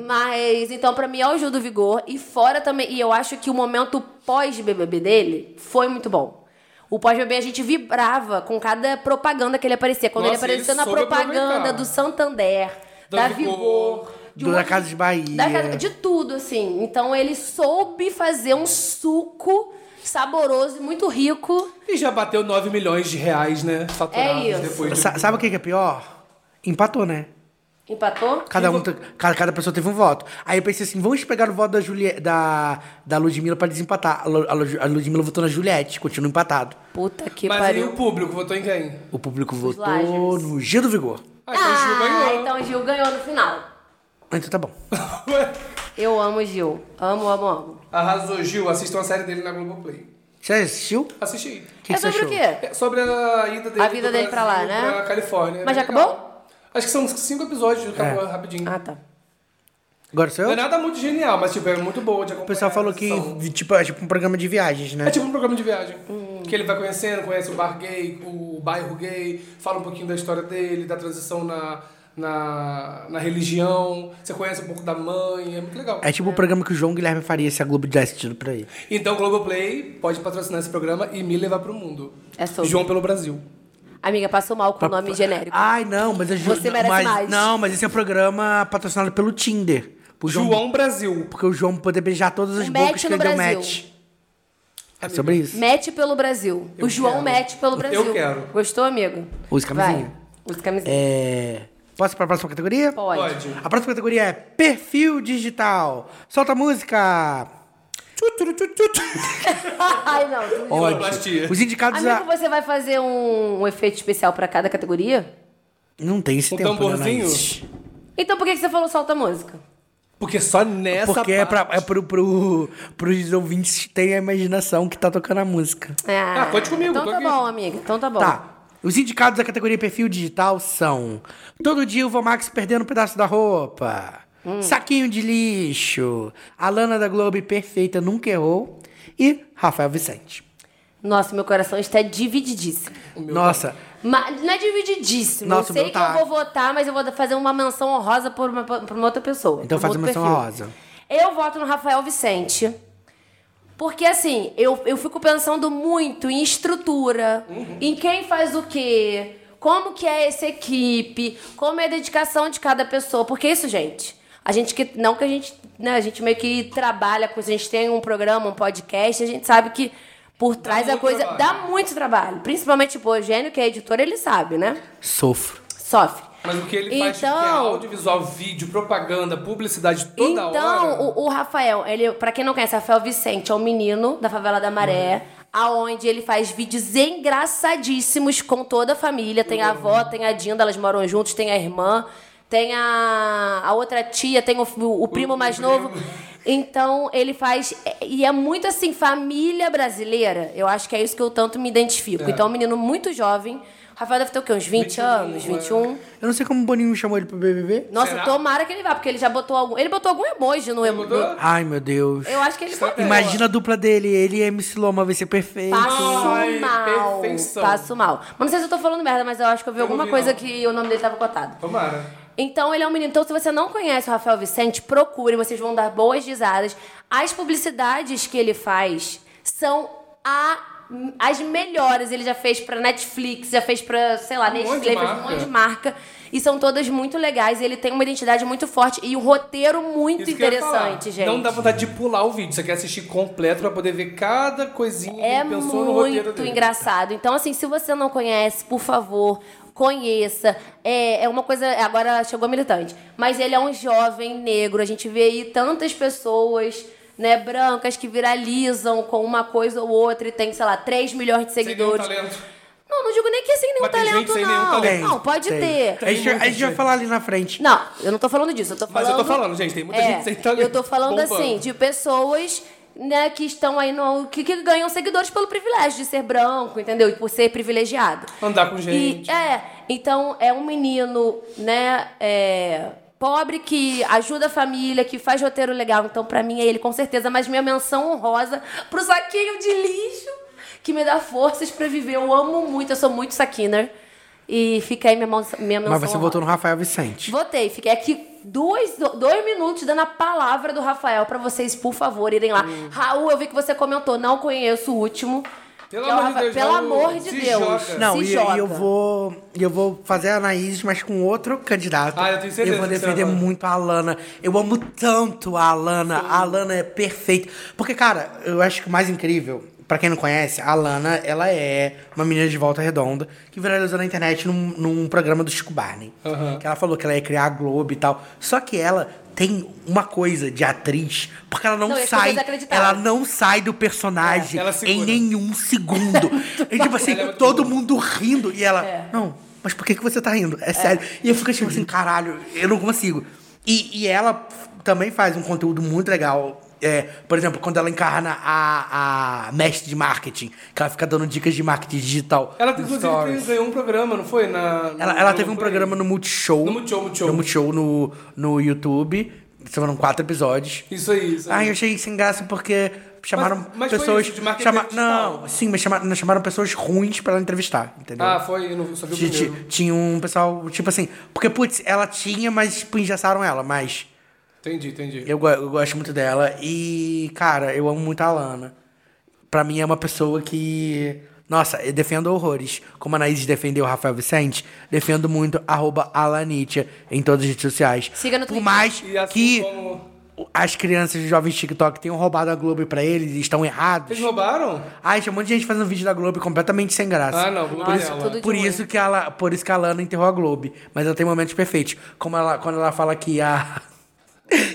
Mas, então, pra mim é o Gil do Vigor. E fora também. E eu acho que o momento pós-BBB dele foi muito bom. O pós-BBB a gente vibrava com cada propaganda que ele aparecia. Quando Nossa, ele apareceu ele na soube propaganda aproveitar. do Santander, Da da, Vigor, Vigor. de um do- da monte Casa de Bahia. da Casa- de tudo, assim. Então ele soube fazer um suco saboroso e muito rico. E já bateu 9 milhões de reais, né? Faturados É isso. depois Sa- do- sabe o que que é pior? Empatou, né? Empatou? Cada, um, te- cada, cada pessoa teve um voto. Aí eu pensei assim, vamos pegar o voto da, Julie, da, da Ludmilla pra desempatar. A, Lu- a Lu- a Ludmilla votou na Juliette, continua empatado. Puta que Mas aí pariu. o público votou em quem? O público votou Lagers. no Gil do Vigor. Ah, então o Gil Ah, ganhou. então o Gil ganhou no final. Então tá bom. então- Eu amo o Gil. Amo, amo, amo. Arrasou, Gil. Assistam a série dele na Globoplay. Você assistiu? Assisti. O que que é você sobre achou? o quê? É sobre a ida dele A vida do dele pra lá, Brasil né? Pra Califórnia. Mas É já legal. acabou? Acho que são cinco episódios, acabou rapidinho. Ah, tá. Agora sou Não é É. eu? nada muito genial, mas tipo, é muito boa de acompanhar. O pessoal falou que São- tipo, é tipo um programa de viagens, né? É tipo um programa de viagem. Que ele vai conhecendo, conhece o bar gay, o bairro gay, fala um pouquinho da história dele, da transição na, na, na religião. Você conhece um pouco da mãe, é muito legal. É tipo o programa que o João Guilherme faria se a Globo tivesse tido pra ele. Então, Globoplay pode patrocinar esse programa e me levar pro mundo. É sobre. João pelo Brasil. Amiga, passou mal com o nome genérico. Ai, não, mas... A Ju... Você merece mas- mais. Não, mas esse é um programa patrocinado pelo Tinder. Pro João, João... Brasil. Porque o João poder beijar todas as O bocas match que no ele deu Brasil. match. É sobre isso. Mete pelo Brasil. o João quero. mete pelo Brasil. Eu quero. Gostou, amigo? Use camisinha. Vai. Use camisinha. É... Posso ir pra próxima categoria? Pode. A próxima categoria é perfil digital. Solta a música. Tu, tu, tu, tu, tu. Ai, não. tudo de novo. Sonoplastia. Os indicados a... Amigo, você vai fazer um, um efeito especial pra cada categoria? Não tem esse Um tempo, tamborzinho? né, Nath? Então por que, que você falou solta a música? Porque só nessa Porque é, parte- pra, é pro, pro, pros ouvintes terem a imaginação que tá tocando a música. Ah, conte comigo, Então tô tá aqui. bom, amiga. Então tá bom. Tá. Os indicados da categoria perfil digital são Todo dia o Vomax perdendo um pedaço da roupa, Hum. Saquinho de lixo, Alana da Globo perfeita nunca errou e Rafael Vicente. Nossa, meu coração está divididíssimo. Nossa, Mas não é divididíssimo. Nossa, o eu sei meu que tá. eu vou votar, mas eu vou fazer uma menção honrosa por uma, por uma outra pessoa. Então por um faz outro uma menção perfil. honrosa. Eu voto no Rafael Vicente. Porque, assim, eu, eu fico pensando muito em estrutura, em quem faz o quê, como que é essa equipe, como é a dedicação de cada pessoa. Porque isso, gente, a gente que. Não que a gente. Né, a gente meio que trabalha com isso, a gente tem um programa, um podcast, a gente sabe que por trás a muito coisa trabalho. dá muito trabalho. Principalmente tipo, o Eugênio, que é editor, ele sabe, né? sofro. Sofre. Mas o que ele faz tipo, que é Então- audiovisual, vídeo, propaganda, publicidade toda então, hora. o, o Rafael, ele, pra quem não conhece, Rafael Vicente é um menino da favela da Maré, aonde ele faz vídeos engraçadíssimos com toda a família. Tem Uhum. a avó, tem a Dinda, elas moram juntos, tem a irmã, tem a, a outra tia, tem o, o primo o mais primo. novo. Então, ele faz. E é muito assim, família brasileira. Eu acho que é isso que eu tanto me identifico. Então, é um menino muito jovem. Rafael deve ter o quê? Uns 20 21, anos, é. 21. Eu não sei como o Boninho chamou ele pro BBB. Nossa, Será? tomara que ele vá, porque ele já botou algum. Ele botou algum emoji no, emo- botou? no- Ai, meu Deus. eu acho que é ele botou. Imagina a dupla dele, ele e MC Loma, vai ser perfeito. Passo Ai, mal. perfeição. Passo mal. Mas não sei se eu tô falando merda, mas eu acho que eu vi Eu não alguma vi, coisa não. que o nome dele tava cotado. Tomara. Então ele é um menino. Então, se você não conhece o Rafael Vicente, procure, vocês vão dar boas risadas. As publicidades que ele faz são a- as melhores. Ele já fez pra Netflix, já fez pra, sei lá, monte de Nestlé, fez um marca. monte de marca. E são todas muito legais. Ele tem uma identidade muito forte e um roteiro muito Isso que eu ia interessante, falar. gente. Não dá vontade de pular o vídeo. Você quer assistir completo pra poder ver cada coisinha É que ele pensou no roteiro muito dele. engraçado. Então, assim, se você não conhece, por favor, conheça. É, é uma coisa. Agora chegou militante. Mas ele é um jovem negro. A gente vê aí tantas pessoas. Né, brancas que viralizam com uma coisa ou outra e tem, sei lá, 3 milhões de Sem nenhum seguidores. talento. Não, não digo nem que é sem nenhum Mas tem gente talento, sem não. nenhum talento. Não, pode tem. ter. A gente, a gente vai falar ali na frente. Não, eu não tô falando disso. Eu tô Mas falando... eu tô falando, gente, tem muita É, gente sem talento. Eu tô falando bombando. assim, de pessoas né, que estão aí no. Que, que ganham seguidores pelo privilégio de ser branco, entendeu? E por ser privilegiado. Andar com gente. E, é, então é um menino, né, é, pobre que ajuda a família, que faz roteiro legal. Então, pra mim, é ele com certeza, mas minha menção honrosa pro saquinho de lixo que me dá forças pra viver. Eu amo muito, eu sou muito saquiner. E fica aí minha, mon- minha menção Mas você honrosa. votou no Rafael Vicente. Votei, fiquei aqui dois, do- dois minutos dando a palavra do Rafael pra vocês, por favor, irem lá. Hum. Raul, eu vi que você comentou, não conheço o último. Pelo Que é o amor de Rafael- Deus, pelo Raul, amor de se Deus. joga. Não, se e, joga. e eu vou. Eu vou fazer a Anaís, mas com outro candidato. Ah, eu tenho certeza Eu vou que você defender vai falar. muito a Alana. Eu amo tanto a Alana. A Alana é perfeita. Porque, cara, eu acho que o mais incrível, pra quem não conhece, a Alana, ela é uma menina de volta redonda que viralizou na internet num, num programa do Chico Barney. Aham. Que ela falou que ela ia criar a Globo e tal. Só que ela tem uma coisa de atriz, porque ela não, Não, e as sai. pessoas acreditaram. Ela não sai do personagem É, ela em segura. nenhum segundo. e tipo assim, Ela é muito todo mundo rindo. E ela, não, mas por que, que você tá rindo? É, sério. E eu fico tipo assim, caralho, eu não consigo. E, e ela f- também faz um conteúdo muito legal. É, por exemplo, quando ela encarna a, a mestre de marketing, que ela fica dando dicas de marketing digital. Ela, nos inclusive, stories. teve- ganhou um programa, não foi? Na, Ela, no- ela teve um foi? programa no Multishow. No Multishow, Multishow. No Multishow, no, no YouTube. Foram quatro episódios. Isso aí, isso Ai, aí. Ah, eu achei sem graça porque chamaram mas foi pessoas. isso, de marketing chama- digital. né? Não, sim, mas chamaram, chamaram pessoas ruins pra ela entrevistar, entendeu? Ah, foi, eu não sabia o Ti- ti- primeiro. Tinha um pessoal, tipo assim, porque, putz, ela tinha, mas tipo, engessaram ela, mas Entendi, entendi. eu, go- eu gosto muito dela. E, cara, eu amo muito a Lana. Pra mim é uma pessoa que. Nossa, eu defendo horrores. Como a Anaís defendeu o Rafael Vicente, defendo muito arroba Alanitia em todas as redes sociais. Siga no Por Twitter. mais E assim que como... as crianças e jovens TikTok tenham roubado a Globo pra eles e estão errados. Eles roubaram? Ai, tinha um monte de gente fazendo vídeo da Globo completamente sem graça. Ah, não, Globo Nossa, dela. tudo de Assim, Por ruim. isso, que ela, por isso que a Lana enterrou a Globo. Mas ela tem momentos perfeitos. Como ela, quando ela fala que a.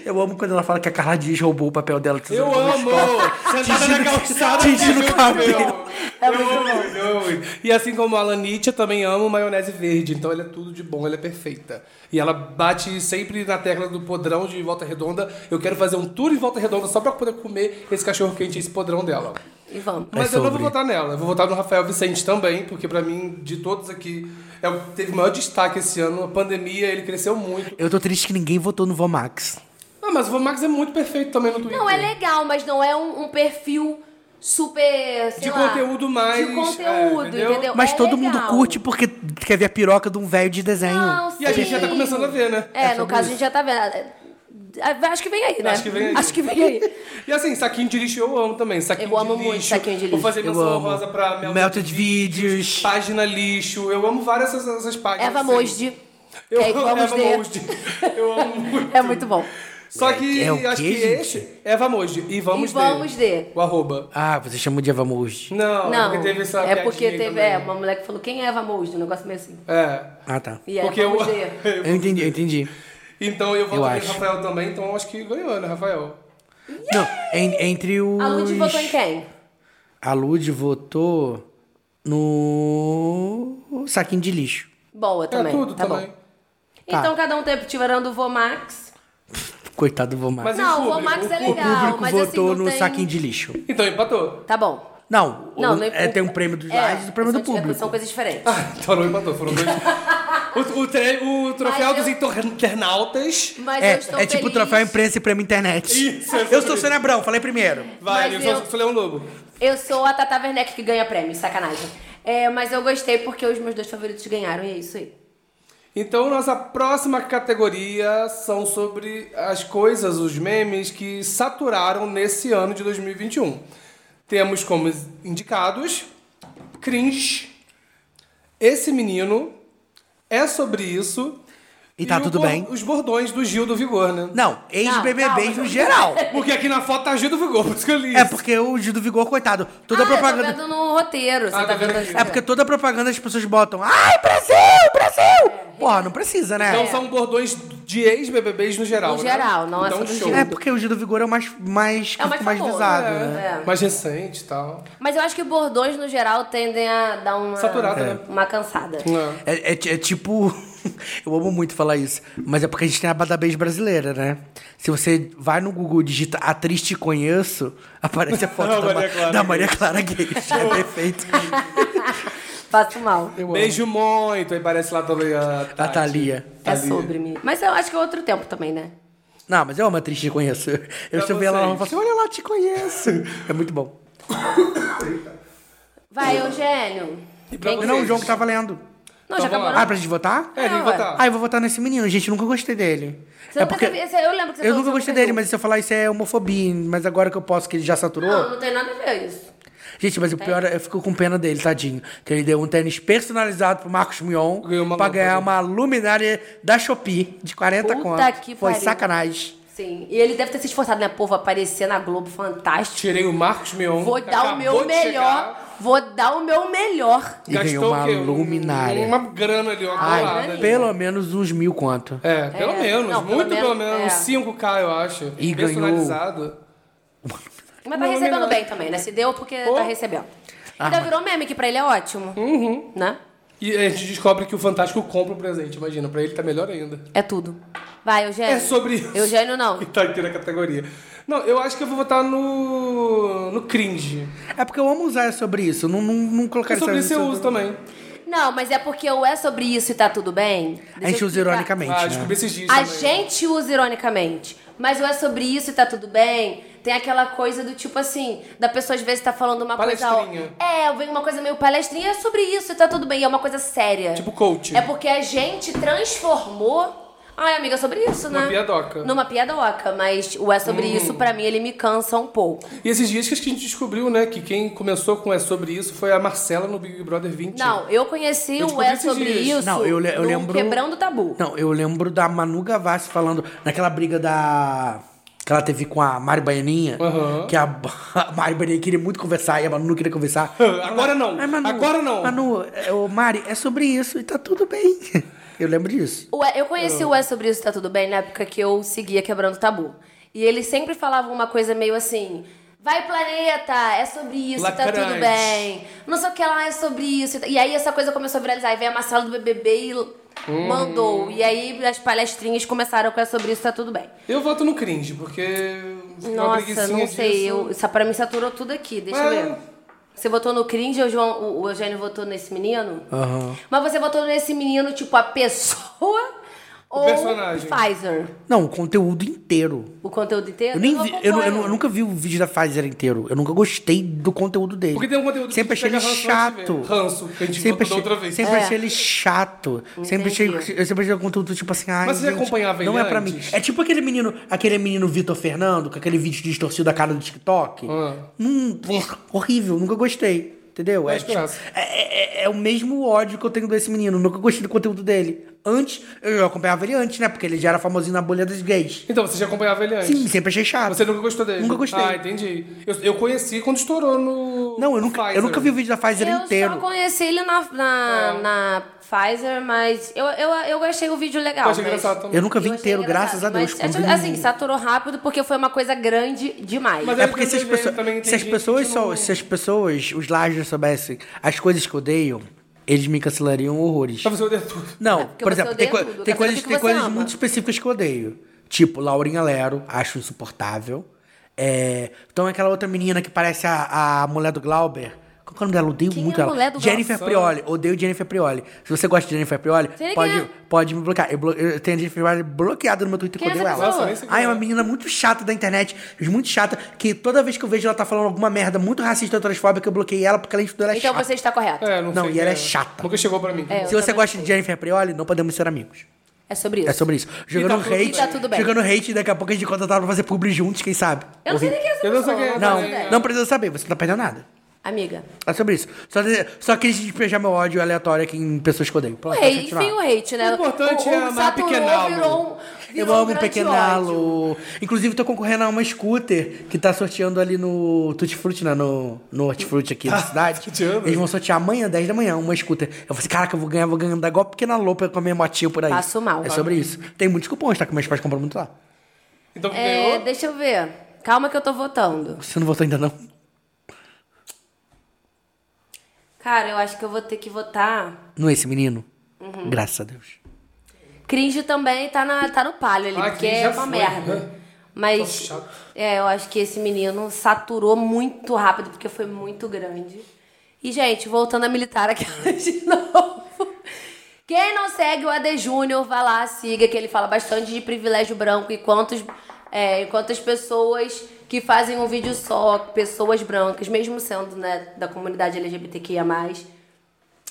Eu amo quando ela fala que a Carla Dias roubou o papel dela. de Eu tesoura com amo! escola. Sentada na Tingindo- calçada, tingindo meu o cabelo. Deus. É eu amo, eu amo. E assim como a Lanitia, também amo maionese verde. Então ela é tudo de bom, ela é perfeita. E ela bate sempre na tecla do podrão de Volta Redonda. Eu quero fazer um tour em Volta Redonda só pra poder comer esse cachorro quente, esse podrão dela. E vamos. É Mas eu não vou sobre. votar nela. Eu vou votar no Rafael Vicente também, porque pra mim, de todos aqui, é o que teve o maior destaque esse ano. A pandemia, ele cresceu muito. Eu tô triste que ninguém votou no Vomax. Ah, mas o Vomax é muito perfeito também no Twitter. Não, é legal, mas não é um, um perfil super. sei De lá, conteúdo mais, De é, conteúdo, entendeu? entendeu? Mas É todo mundo legal. curte porque quer ver a piroca de um velho de desenho. Não, E a gente sim. já tá começando a ver, né? É, É no sobre caso isso. a gente já tá vendo. É, é, Acho que vem aí, né? Acho que vem aí. Acho que vem aí. E assim, saquinho de lixo eu amo também. Saquinho Eu amo de muito lixo. saquinho de Vou lixo. fazer Eu menção amo. rosa pra Melted, Melted Vídeos. Página lixo. Eu amo várias essas, essas páginas. Eva assim. Mosde. Eu É, amo vamos Eva ver. Mosde. Eu amo muito. É muito bom. Só que É o acho quê, que gente? esse. é Eva Mosde. E vamos E vamos de. de. O arroba. Ah, você chamou de Eva Moji. Não, Não, Ah, porque teve essa é porque piadinha teve. aí É, também. uma mulher que falou: quem é Eva Mosde? Um negócio meio assim. É. Ah, tá. E aí, Porque eu- vamos ver. Eu entendi, eu entendi. Então eu voto Eu no acho. Rafael também, então acho que ganhou, né, Rafael? Não, en- entre os. A Lud votou em quem? A Lud votou no saquinho de lixo. Boa também. é tudo tá também. bom. Tá. Então cada um teve tirando o Vomax. Coitado do Vomax. Mas e Não, o o público? Vomax é o legal, público mas assim, votou não no tem... saquinho de lixo. Então empatou. Tá bom. Não, o- nem- é, tem um prêmio dos jurados e o prêmio do são- público. São coisas diferentes. Ah, então não empatou, foram dois. o, o tre- o troféu Mas dos eu- inter- internautas. Mas é eu estou é tipo feliz. troféu imprensa e prêmio internet. Isso, é eu sobre sou Sônia Abrão, falei primeiro. Vai, eu Mas sou, eu- sou Leão Lobo. Eu sou a Tata Werneck que ganha prêmio, sacanagem. É, mas eu gostei porque os meus dois favoritos ganharam e é isso aí. Então, nossa próxima categoria são sobre as coisas, os memes que saturaram nesse ano de 2021. Temos como indicados Cringe, Esse Menino, É Sobre Isso E tá o tudo bor- bem? Os bordões do Gil do Vigor, né? Não, Não, ex-BBBs calma. no geral. Porque aqui na foto tá Gil do Vigor, por isso que eu li. É isso. porque o Gil do Vigor, coitado, toda ah, é propaganda. Eu tô vendo no roteiro. Você Ah, tá tô vendo vendo aqui. as- É porque toda propaganda as pessoas botam. Ai, Brasil, É, Brasil! Porra, não precisa, né? Então são bordões de ex-BBBs no geral. No né? geral, não é então, só do show. Gil. É porque o Gil do Vigor é o mais, mais, É o mais famoso, visado, é. né? É. Mais recente e tal. Mas eu acho que bordões, no geral, tendem a dar uma... Saturada, né? Uma cansada. É. É, é ti- é tipo. Eu amo muito falar isso, mas é porque a gente tem a database brasileira, né? Se você vai no Google e digita atriz te conheço, aparece a foto A da, Ma- Maria Clara da Gays. Maria Clara Gays. É perfeito. Faço mal. Beijo muito. Aí parece lá também a Tati. A Thalia. É Thalia. sobre mim. Mas eu acho que é outro tempo também, né? Não, mas eu amo atriz te conheço. Eu Pra se eu ver ela lá, eu falo vocês. assim: olha lá, te conheço. É muito bom. Vai, Eugênio. E pra Quem- vocês? Não, o João que tava lendo. Não, já Então acabou. vamos não? Ah, pra gente votar? É, tem que Ah, votar. Ah, eu vou votar nesse menino, gente. Eu nunca gostei dele. Você nunca sabia- você- eu lembro que você é Eu falou nunca sobre gostei Peru. dele, mas se eu falar isso é homofobia, mas agora que eu posso, que ele já saturou. Não, não tem nada a ver isso. Gente, mas o pior é, eu fico com pena dele, tadinho. Que ele deu um tênis personalizado pro Marcos Mion Ganhou uma pra lâmpada. ganhar uma luminária da Shopee de 40 Puta conto. que Foi pariu. sacanagem. Sim. E ele deve ter se esforçado, né? Pô, vou aparecer na Globo, fantástico. Tirei o Marcos Mion. Vou dar o tá acabou meu de melhor. chegar, Vou dar o meu melhor. E ganhou uma o quê? Um- luminária. Uma grana ali, uma Ai, bolada ali. pelo menos uns mil conto. É, pelo É, menos. não, pelo muito pelo menos, menos. é. Uns 5K, eu acho. E ganhou- Personalizado. Mas tá Não, recebendo não. bem também, né? Se deu porque Pô. tá recebendo. Ainda virou meme, que pra ele é ótimo. Uhum. Né? E a gente descobre que o Fantástico compra o presente, imagina. Pra ele tá melhor ainda. É tudo. Vai, Eugênio. É sobre isso. Eugênio, não. Que tá aqui na categoria. Não, eu acho que eu vou votar no. no cringe. É porque eu amo usar sobre isso. Não, não, não colocar Porque É sobre essa- isso eu uso também. Não, mas é porque o é sobre isso e tá tudo bem. A Deixa gente eu usa explicar. ironicamente. Ah, né? descobri esses dias. A também. gente usa ironicamente, mas ou é sobre isso e tá tudo bem. Tem aquela coisa do tipo assim, da pessoa às vezes tá falando uma coisa. Palestrinha. É, vem uma coisa meio palestrinha, é sobre isso e tá tudo bem. É uma coisa séria. Tipo coach. É porque a gente transformou. Ai, amiga, é sobre isso, né? Numa piadoca. Hum. Numa piadoca, mas o é sobre isso, pra mim, ele me cansa um pouco. E esses dias que a gente descobriu, né, que quem começou com É Sobre Isso foi a Marcela no Big Brother 20. Não, eu conheci o Eu descobri é esses sobre dias. isso. Não, eu, le- eu no lembro. Quebrando tabu. Não, eu lembro da Manu Gavassi falando naquela briga da. Que ela teve com a Mari Baianinha. Aham. Que a, a Mari Baianinha queria muito conversar e a Manu não queria conversar. Agora não. Ai, Manu, Agora não. Manu, é, ô, Mari, é sobre isso e tá tudo bem. Eu lembro disso. O E- eu conheci Ah. o É Sobre Isso Tá Tudo Bem na época que eu seguia Quebrando Tabu. E ele sempre falava uma coisa meio assim... Vai, planeta! É sobre isso, tá Lacrante. tudo bem. Não sei o que lá, é sobre isso. E aí essa coisa começou a viralizar. E veio a Marcela do BBB e Hum. mandou. E aí as palestrinhas começaram com É Sobre Isso Tá Tudo Bem. Eu voto no cringe, porque. uma Nossa, preguicinha não sei. disso. Eu, isso pra mim saturou tudo aqui. Deixa Mas- eu ver. Você votou no cringe, o, João, o, o Eugênio votou nesse menino? Aham. Mas você votou nesse menino, tipo, a pessoa ou personagem. Pfizer? Não, o conteúdo inteiro. O conteúdo inteiro? Eu, nem vi- eu, nu- eu nu- eu acompanho. nunca vi o vídeo da Pfizer inteiro. Eu nunca gostei do conteúdo dele. Porque tem um conteúdo que Sempre a gente achei ele pega ranço antes de chato. ver. Ranço, que a gente sempre botou da outra vez. Sempre É. achei ele chato. Sempre achei, eu Entendi. sempre achei o conteúdo tipo assim, ai, Mas você gente, acompanhava ele Não é pra mim. antes? É tipo aquele menino, aquele menino Vitor Fernando, com aquele vídeo distorcido da cara do TikTok. Ah. Hum, brr, horrível, nunca gostei. Entendeu? É, Mas graça. é- é- é o mesmo ódio que eu tenho desse menino. Nunca gostei do conteúdo dele. Antes, eu acompanhava ele antes, né? Porque ele já era famosinho na bolha dos gays. Então, você já acompanhava ele antes? Ah, Sim, sempre achei chato. Você nunca gostou dele? Nunca gostei. Ah, entendi. Eu, eu conheci quando estourou no. Não, eu no nunca, eu Pfizer. nunca vi o vídeo da Pfizer Eu inteiro. só conheci ele na, na, É. na Pfizer, mas eu, eu, eu achei o vídeo legal. Eu achei mas- engraçado também. Eu nunca vi eu achei inteiro, engraçado, graças a Deus. mas, é, tipo, combina. assim, saturou rápido porque foi uma coisa grande demais. Mas É Eu porque se as, também pessoas, também se as entendi que pessoas não- só, se as pessoas, os lajes soubessem as coisas que odeiam, eles me cancelariam horrores. Só você odeia tudo. Não, É, porque por você exemplo, tem, odeia coi- tem tudo, quer saber coisas, o que tem você coisas ama. muito específicas que eu odeio. Tipo, Laurinha Lero, acho insuportável. É, então é aquela outra menina que parece a, a mulher do Glauber. Qual que é o nome dela? Eu Odeio Quem é muito a ela. mulher do Jennifer Glauber? Prioli. Odeio Jennifer Prioli. Se você gosta de Jennifer Prioli, Sei quem pode, é. pode me bloquear. Eu, blo- eu tenho a Jennifer Prioli bloqueada no meu Twitter. Quem é que eu odeio essa ela. pessoa? Nossa, nem sei quem Ah, é uma é. menina muito chata da internet. Muito chata. Que toda vez que eu vejo ela tá falando alguma merda muito racista ou transfóbica, eu bloqueei ela porque ela estudou, ela é então chata. você está correto. É, É, não, Não, sei e quem ela é era. chata. Nunca chegou pra mim. eu Se você também gosta de Jennifer Prioli, não podemos ser amigos. sobre isso. É sobre isso. Jogando tudo hate. bem. E tá tudo bem. Jogando hate, daqui a pouco a gente contratar pra fazer publi juntos, quem sabe? Eu não sei nem quem é essa Eu não sei pessoa, quem é faço Não, também, ideia. não precisa saber, você não tá perdendo nada. amiga. É sobre isso. Só, só quis despejar meu ódio aleatório aqui em pessoas que odeiam. Pronto, Ué, pode enfim, o continuar. hate, né? O importante é amar Saturou pequená-lo. virou um- Eu virou um amo grande ódio. pequenalo. Inclusive, tô concorrendo a uma scooter que tá sorteando ali no Tutti Frutti, né? No, no Hortifruti aqui Tá da cidade. sorteando? Eles vão sortear amanhã, 10 da manhã, uma scooter. Eu falei assim, caraca, eu vou ganhar, vou ganhar, dar igual pequena loupa com a minha motinha por aí. Passo mal. É sobre isso. Tem muitos cupons, tá? Que meus pais compram muito lá. Então quem É, ganhou? deixa eu ver. Calma que eu tô votando. Você não votou ainda, não? Cara, eu acho que eu vou ter que votar. Não é esse menino? Uhum. Graças a Deus. Cringe também tá, na, tá no palho ali, Ah, porque Cringe é já uma foi, merda. né? Mas, Tô chato. é, eu acho que esse menino saturou muito rápido, porque foi muito grande. E, gente, voltando a militar aqui de novo. Quem não segue o AD Júnior, vá lá, siga, que ele fala bastante de privilégio branco e quantos, é, e quantas pessoas que fazem um vídeo só, pessoas brancas, mesmo sendo né, da comunidade LGBTQIA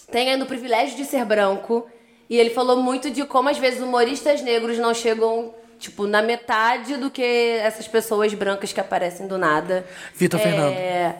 tem ainda o privilégio de ser branco. E ele falou muito de como às vezes humoristas negros não chegam, tipo, na metade do que essas pessoas brancas que aparecem do nada. Vitor É,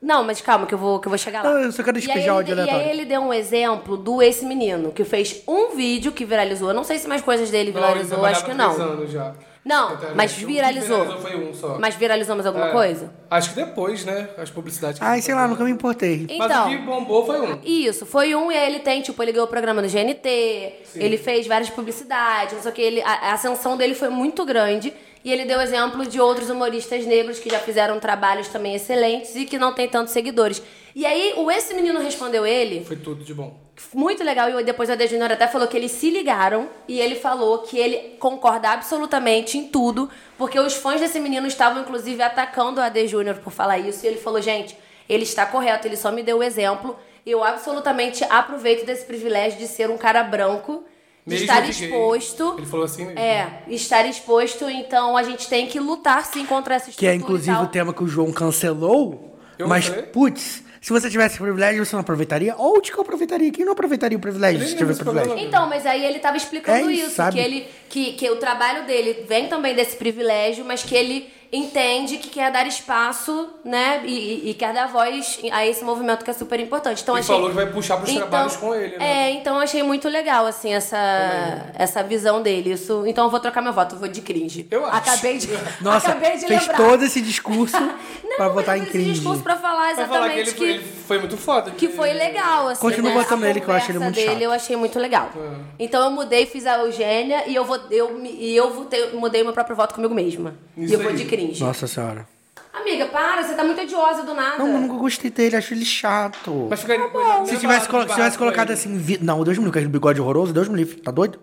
Não, mas calma, que eu vou, que eu vou chegar lá. Não, eu só quero E aí despejar ele o ódio de- E aí aleatório. ele deu um exemplo do esse menino, que fez um vídeo que viralizou. Eu não sei se mais coisas dele Não, ele viralizou, trabalhava acho que três não. anos já. Na Não, internet. mas O que viralizou. foi um só. Mas viralizou mais alguma É. coisa? Acho que depois, né? As publicidades. que Ai, ele sei lá, fazia. nunca me importei. Mas o Então, que bombou foi um. Isso, foi um e aí ele tem, tipo, ele ganhou o programa do GNT, ele fez várias publicidades, não sei o que, ele, a, a ascensão dele foi muito grande. E ele deu exemplo de outros humoristas negros que já fizeram trabalhos também excelentes e que não tem tantos seguidores. E aí, o esse menino respondeu ele, Foi tudo de bom. muito legal, e depois o Ade Júnior até falou que eles se ligaram e ele falou que ele concorda absolutamente em tudo, porque os fãs desse menino estavam, inclusive, atacando o Ade Júnior por falar isso, e ele falou, gente, ele está correto, ele só me deu o exemplo, eu absolutamente aproveito desse privilégio de ser um cara branco, de Mesmo estar que gay. exposto... Ele falou assim mesmo. É, estar exposto, então a gente tem que lutar sim contra essa Que é estrutura e inclusive tal. o tema que o João cancelou. Eu mas, falei? putz, se você tivesse privilégio, você não aproveitaria? Onde que eu aproveitaria? Quem não aproveitaria o privilégio Nem se lembro tivesse desse privilégio? programa. Então, mas aí ele tava explicando É, isso, sabe? que ele que, que o trabalho dele vem também desse privilégio, mas que ele entende que quer dar espaço, né, e, e- e quer dar voz a esse movimento que é super importante. Então Ele achei Então, falou que vai puxar pros trabalhos com ele, né? É, então eu achei muito legal assim essa essa visão dele. Isso, então eu vou trocar meu voto, eu vou de cringe. Eu acho. Acabei de Nossa, acabei de fez lembrar. todo esse discurso Não, pra mas botar eu em fiz cringe. Esse discurso pra falar Pra exatamente falar que ele, foi, que ele foi muito foda. que foi legal, assim. Continua né? votando A nele, que eu acho ele muito conversa dele, chato. eu achei muito legal. É. Então eu mudei, fiz a Eugênia e eu, vou, eu, me- e eu votei- mudei meu próprio voto comigo mesma. Isso e eu vou aí. de cringe. Nossa senhora. Amiga, para, você tá muito odiosa do nada. Não, eu nunca gostei dele, acho ele chato. Mas Tá ficaria se tivesse, colo- é se tivesse colocado assim, Vi- não, Deus me livre, com aquele bigode horroroso, Deus me livre, tá doido?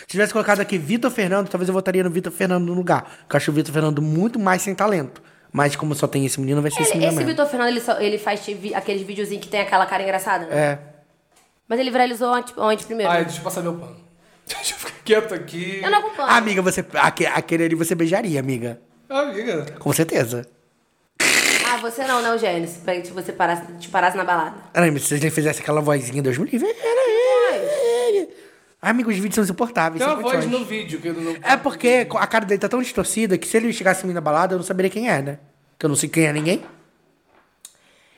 Se tivesse colocado aqui Vitor Fernando, talvez eu votaria no Vitor Fernando no lugar. Porque eu acho o Vitor Fernando muito mais sem talento. Mas como só tem esse menino, vai ser esse Ele- menino esse é mesmo. Vitor Fernando, ele, só- ele faz vi- aqueles videozinhos que tem aquela cara engraçada, né? É. Mas ele viralizou onde, onde primeiro? Ai, deixa eu passar meu pano. Deixa eu ficar quieto aqui. eu não acompanho. Amiga, você, aque- aquele ali você beijaria, amiga. Ah, Amiga. Com certeza. Ah, você não, né, Eugênio? Se pra- se você parasse, te parasse na balada. Ai, mas se ele fizesse aquela vozinha, Deus me livre, era ele. Ai, Amiga, os vídeos são insuportáveis. Tem uma sem voz condições. no vídeo que eu não. É porque a cara dele tá tão distorcida que se ele chegasse em mim na balada, eu não saberia quem é, né? Que eu não sei quem é ninguém.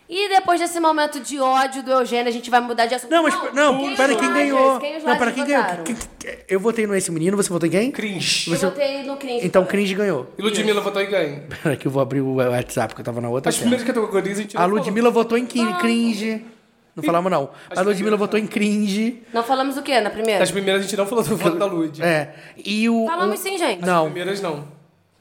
E depois desse momento de ódio do Eugênio, a gente vai mudar de assunto. Não, mas não, os pera, quem Lagers- ganhou? Quem os não, pera, Lagers quem ganhou? votaram? Que- que- Eu votei no esse menino, você votou em quem? Cringe. Eu votei no cringe. Então também. Cringe ganhou. E Ludmilla votou em quem? Pera que eu vou abrir o WhatsApp, que eu tava na outra As tela. primeiras categorias a gente A não falou. Ludmilla votou em crin- Cringe. Não falamos, não. A Ludmilla votou em Cringe. Não falamos o quê na primeira? As primeiras a gente não falou do voto da Lud. É. E o... Falamos o- sim, gente. Não. Primeiras não.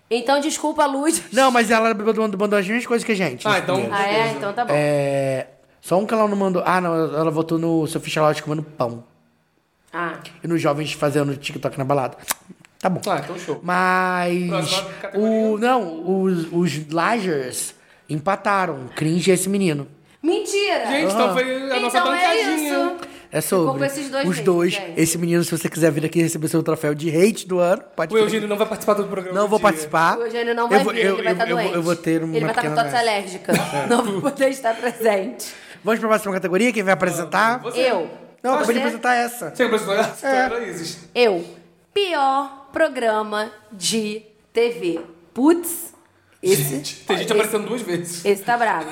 Então desculpa a luz. Não, mas ela mandou, mandou as mesmas coisas que a gente. Ah, nas então. primeiras. Ah, é? Então tá bom. É... Só um que ela não mandou... Ah, não. Ela votou no Sofia Charlotte comendo pão. Ah. E nos jovens fazendo TikTok na balada. Tá bom. Ah, então show. Mas Próxima categoria. o não, os, os Lagers empataram. Cringe é esse menino. Mentira! Gente, então foi a nossa então é bancadinha. isso. É sobre Ficou com esses dois né? os mesmo, dois. gente. Esse menino, se você quiser vir aqui receber seu troféu de hate do ano, pode O vir. Eugênio não vai participar do programa. Não do vou dia. participar. O Eugênio não vai vou- vir, ele vai estar eu vou- doente. eu vou ter uma Ele vai estar com pequena É. tosse doença. alérgica. Não vou poder estar presente. Vamos para a próxima categoria? Quem vai apresentar? Eu. Não, eu acabei de Você? apresentar essa. Você apresentou essa? É. Era Isis. Eu. Pior programa de TV. Putz. Esse, Tem gente aparecendo duas vezes. esse tá bravo.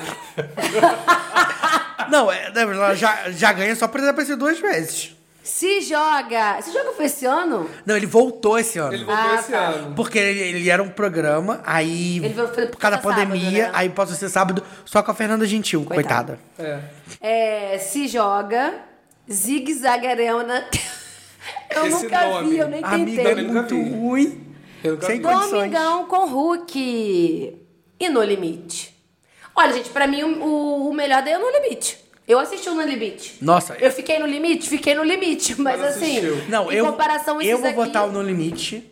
Não, é, né, ela já, já ganha só por ele aparecer duas vezes. Se joga. Esse jogo foi esse ano? Não, ele voltou esse ano. Ele voltou Ah, esse tá. ano. Porque ele, ele era um programa, aí. Ele foi- foi- por causa da foi sábado, pandemia, né? aí posso ser sábado só com a Fernanda Gentil, coitada. Coitada. É. É, se joga. Zig Zag Arena. Eu Esse nunca nome. vi, eu nem Amiga, tentei. é Também nunca muito vi. ruim. Eu nunca Sem vi. condições. Domingão com Hulk. E No Limite. Olha, gente, pra mim o- o, o melhor daí é o No Limite. Eu assisti o No Limite. Nossa, Eu fiquei no limite? Fiquei no limite, mas, Mas assim. assistiu. Não, em eu. comparação eu esses vou aqui- botar o No Limite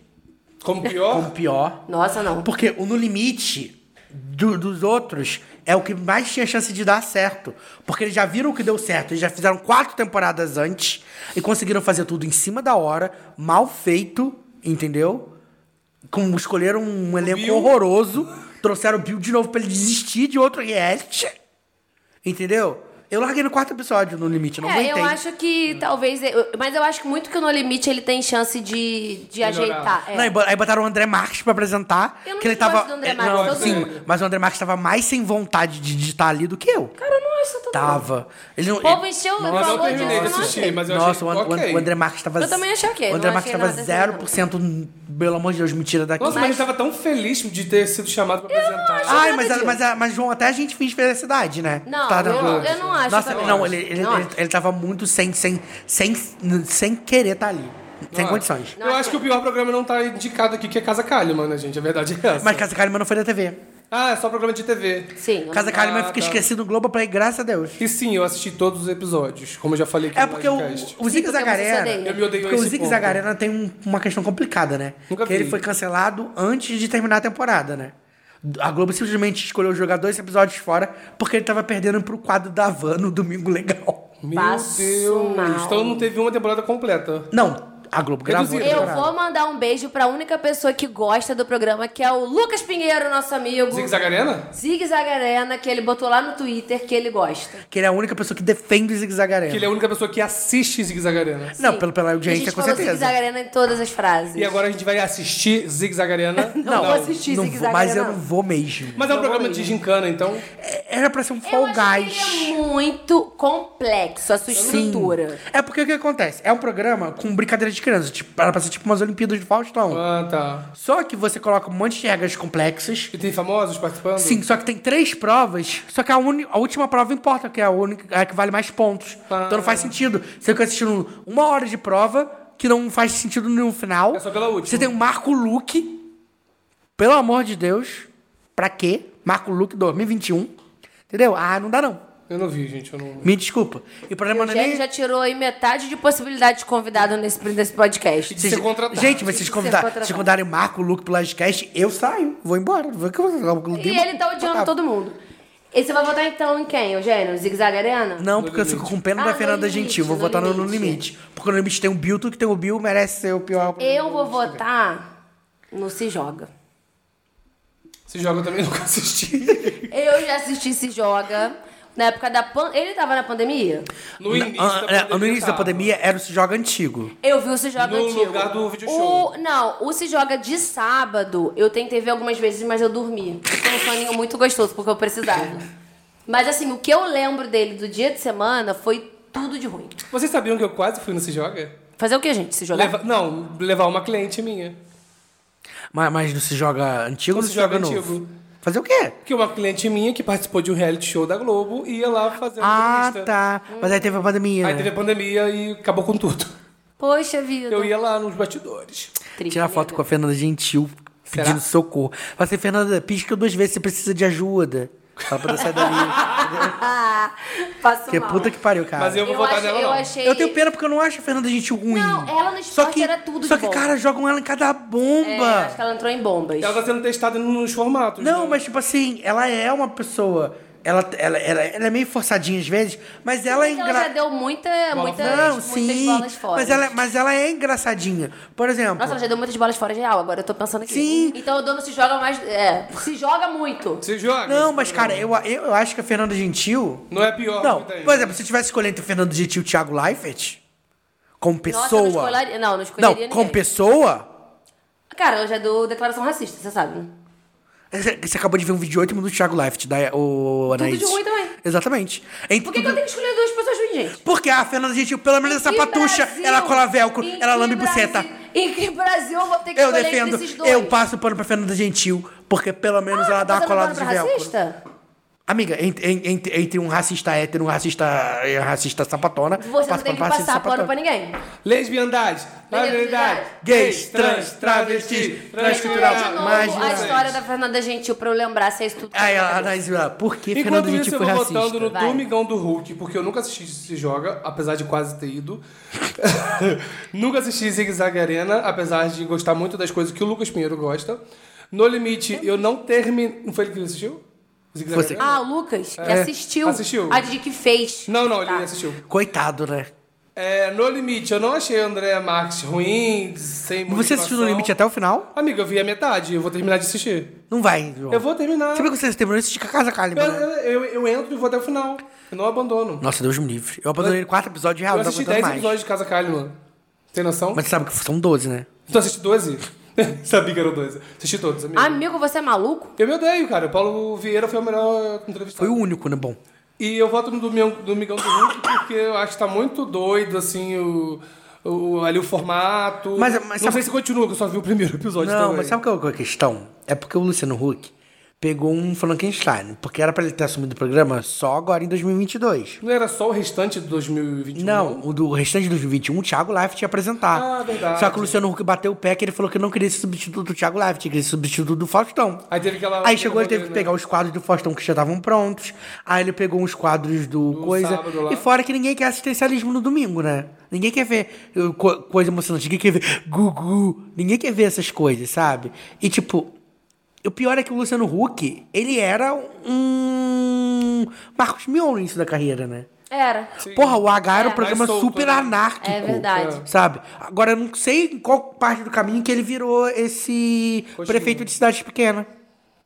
Como como pior, pior. Nossa, não. Porque o No Limite do- dos outros é o que mais tinha chance de dar certo. Porque eles já viram o que deu certo. Eles já fizeram quatro temporadas antes e conseguiram fazer tudo em cima da hora, mal feito, entendeu? Com, escolheram um elenco Bill. horroroso, trouxeram o Bill de novo pra ele desistir de outro reality. Entendeu? Eu larguei no quarto episódio no limite, não É, aguentei. eu acho que talvez. eu- Mas eu acho que muito que o No Limite ele tem chance de, de ajeitar. é. Não, aí bo- aí botaram o André Marques pra apresentar. Eu não que ele gosto tava. do André é, Marques, não, todo sim, mundo. mas o André Marques tava mais sem vontade de digitar ali do que eu. Cara, eu não acho isso tudo. Tava. Ele não. O povo ele- encheu Nossa, eu falou não disso, terminei eu de não assistir, achei. mas eu Nossa, o, achei And- o ok. And- o André Marques tava. Eu também achei ok, O não André Marques achei tava nada 0%. Pelo amor de Deus, me tira daqui. Nossa, mas... ele tava tão feliz de ter sido chamado pra apresentar. acho- Ai, nada mas, a- disso. mas, a- mas, João, até a gente finge felicidade, né? Não, Tá eu, tranquilo. eu não acho. Nossa, também. não, ele, ele, Não ele, acho. ele tava muito sem, sem, sem, sem querer estar ali. Sem Ah. condições. Não eu acho acho que o pior programa não tá indicado aqui, que é Casa Kalimann, né, gente? A verdade é essa. Mas Casa Kalima não foi da TV. Ah, é só programa de TV. Sim, eu não- Casa Kalima Ah, fica tá. esquecido no Globo pra graças a Deus. E sim, eu assisti todos os episódios, como eu já falei aqui É no porque o, podcast. o Zig porque você se Zagarena. odeia. Eu me odeio a Porque o esse Zig ponto. Zagarena tem um- uma questão complicada, né? Nunca que vi. ele foi cancelado antes de terminar a temporada, né? A Globo simplesmente escolheu jogar dois episódios fora porque ele tava perdendo pro quadro da Van no Domingo Legal. Meu Passo Deus. mal. Então não teve uma temporada completa. Não, a É Globo gravou. a Reduziram. Eu temporada. vou mandar um beijo pra única pessoa que gosta do programa, que é o Lucas Pinheiro, nosso amigo. Zig Zagarena? Zig Zag Arena, que ele botou lá no Twitter que ele gosta. Que ele é a única pessoa que defende o Zig Zagarena. Que ele é a única pessoa que assiste Zig Zagarena. Não, Sim. pelo, pela a audiência, gente com falou certeza. Zig Zag Arena em todas as frases. E agora a gente vai assistir Zig Zagarena. Não, vou assistir não Zig vou, mas eu Zagarena. não vou mesmo. Mas é um programa de gincana, então. É- Era pra ser um Eu Fall achei Guys. que ele é muito complexo a sua estrutura. É porque o que acontece? É um programa com brincadeira de criança. Tipo, era pra ser tipo umas Olimpíadas de Faustão. Ah, tá. Só que você coloca um monte de regras complexas. E tem famosos participando? Sim, só que tem três provas, só que a, uni- a última prova importa, que é a única é a que vale mais pontos. Ah. Então não faz sentido. Você fica assistindo uma hora de prova, que não faz sentido nenhum final. É só pela última. Você tem o Marco Luque. Pelo amor de Deus. Pra quê? Marco Luque 2021. Entendeu? Ah, não dá não. Eu não vi, gente. Eu não. Me desculpa. E o problema não é Gente, nem... já tirou aí metade de possibilidade de convidado nesse, nesse podcast. de ser contratado. Gente, mas se De ser convidar, contratado. se convidarem Marco Luque pro Livecast, eu saio. Vou embora. Vou- E ele tá odiando todo mundo. E você vai votar então em quem, Eugênio? Zig Zag Arena? Não, porque eu fico com pena Ah, da no Fernanda limite, Gentil. Vou no votar no, no limite. limite. Porque no limite tem o Bill, tudo que tem o Bill merece ser o pior. Eu vou votar no Se Joga. Se joga eu também nunca assisti. Eu já assisti Se Joga. Na época da pan... Ele tava na pandemia? No início, Ah, da, é, pandemia, no início da tava. pandemia era o Se Joga Antigo. Eu vi o Se Joga No antigo. lugar do video show. O- Não, o Se Joga de sábado, eu tentei ver algumas vezes, mas eu dormi. Foi um soninho muito gostoso, porque eu precisava. Mas assim, o que eu lembro dele do dia de semana foi tudo de ruim. Vocês sabiam que eu quase fui no Se Joga? Fazer o que, gente? Tá. Se jogar? Leva- Não, levar uma cliente minha. Mas, mas no Se Joga Antigo ou no No Então Se Se Joga Joga Novo? Antigo. Fazer o quê? Que uma cliente minha que participou de um reality show da Globo ia lá fazer uma Ah, entrevista. tá. Mas aí teve a pandemia. Aí né? teve a pandemia e acabou com tudo. Poxa vida. Eu ia lá nos bastidores. Triste, né? Tirar foto nega. com a Fernanda Gentil pedindo Será? socorro. Falei assim, Fernanda, pisca duas vezes se precisa de ajuda. Pra poder sair dali. Ah, Passo Porque mal. puta que pariu, cara. Mas eu vou votar achei, nela, eu não. achei... é, Eu tenho pena porque eu não acho a Fernanda Gentil ruim. Não, ela no Só esporte que, era tudo Só de que, bom. cara, jogam ela em cada É, bomba. acho que é ela entrou em bombas. Ela tá sendo testada nos formatos. Não, né? mas tipo assim, ela é uma pessoa. Ela, ela, ela, ela é meio forçadinha às vezes, mas ela é Ela já engraçadinha. deu muita, muitas, Não, muitas sim. bolas fora. Mas ela, mas ela é engraçadinha. Por exemplo. Nossa, ela já deu muitas bolas fora real, agora eu tô pensando aqui. Sim. Então o dono se joga mais. É, se joga muito. Se joga. Não, mas cara, eu, eu, eu acho que a Fernanda Gentil. Não é pior. Não, que tem. por exemplo, se eu tivesse escolhido entre o Fernando Gentil e o Thiago Leifert, como Nossa, eu pessoa. não escolheria. Não, não escolheria não, como ninguém. pessoa. Cara, ela já deu declaração racista, você sabe. né? Você acabou de ver um vídeo de 8 minutos do Thiago Leifert, da, o Anaís. de ruim também. Exatamente. Entre Por que, que eu tudo- tenho que escolher duas pessoas ruins, gente? Porque a Fernanda Gentil, pelo menos essa Em que patucha, Brasil? ela cola velcro, Em ela que lambe Brasil- buceta. Em que Brasil eu vou ter que Eu escolher defendo, entre esses dois? Ah, tá eu passo pano pra Fernanda Gentil, porque pelo menos ela dá uma colada de velcro. racista? Amiga, entre, entre, entre um racista hétero e um racista, e um racista sapatona, Você não passa tem que pano pra racista passar pano sapatona. pra ninguém. Lesbiandade, Lesbiandade, maturidade, gays, trans, travesti, transcultural, Mas, é de novo, Imagina. a história da Fernanda Gentil pra eu lembrar se é isso tudo. que Aí eu ela, lembro. Anaís, ela, por que Enquanto Fernanda isso, Gentil eu foi vou racista? votando no Vai. Domingão do Hulk, porque eu nunca assisti Se Joga, apesar de quase ter ido. nunca assisti Zig Zag Arena, apesar de gostar muito das coisas que o Lucas Pinheiro gosta. No Limite, eu não terminei... Não foi ele que assistiu? Zig Zag Você- Arena? Ah, o Lucas, que É, assistiu. assistiu. A de que fez. Não, não, ele Tá. assistiu. Coitado, né? É, no Limite, eu não achei o André Marques ruim, sem Você assistiu No motivação. Limite até o final? Amiga, eu vi a metade, eu vou terminar de assistir. Não vai, João. Eu vou terminar. Sabe que você terminou de assistir com a casa Eu, Kalimba, né? eu, eu entro e vou até o final. Eu não abandono. Nossa, Deus me livre. Eu abandonei quatro episódios real, não Eu tava assisti aguentando 10 mais. episódios de Casa Kalimann. Tem noção? Mas você sabe que são 12, né? Tu assiste 12? Sabia que eram 12. Assisti todos, Ah. amigo. Amigo, você é maluco? Eu me odeio, cara. O Paulo Vieira foi o melhor entrevistado. Foi o único, né? Bom. E eu voto no Domingão, Domingão do Hulk porque eu acho que tá muito doido, assim, o... o- ali o formato. Mas- mas não sabe- sei se continua, que eu só vi o primeiro episódio Não, também. mas sabe qual que é a questão? É porque o Luciano Huck pegou um Frankenstein, porque era pra ele ter assumido o programa só agora em 2022. Não era só o restante de 2021? Não, o do restante de 2021, o Thiago Leifert ia apresentar. Ah, verdade. Só que o Luciano Huck bateu o pé que ele falou que não queria ser substituto do Thiago Leifert, queria ser substituto do Faustão. Aí teve aquela- Aí chegou e aquele teve que modelo, né? pegar os quadros do Faustão que já estavam prontos. Aí ele pegou uns quadros do, coisa. sábado lá. E fora que ninguém quer assistencialismo no domingo, né? Ninguém quer ver uh, co- coisa emocionante, ninguém quer ver Gugu, ninguém quer ver essas coisas, sabe? E tipo, o pior é que o Luciano Huck, ele era um Marcos Mion no início da carreira, né? Era. Porra, o H era um É. programa Mais solto, super né? anárquico. É verdade. Sabe? Agora, eu não sei em qual parte do caminho que ele virou esse Coxinha. prefeito de cidade pequena.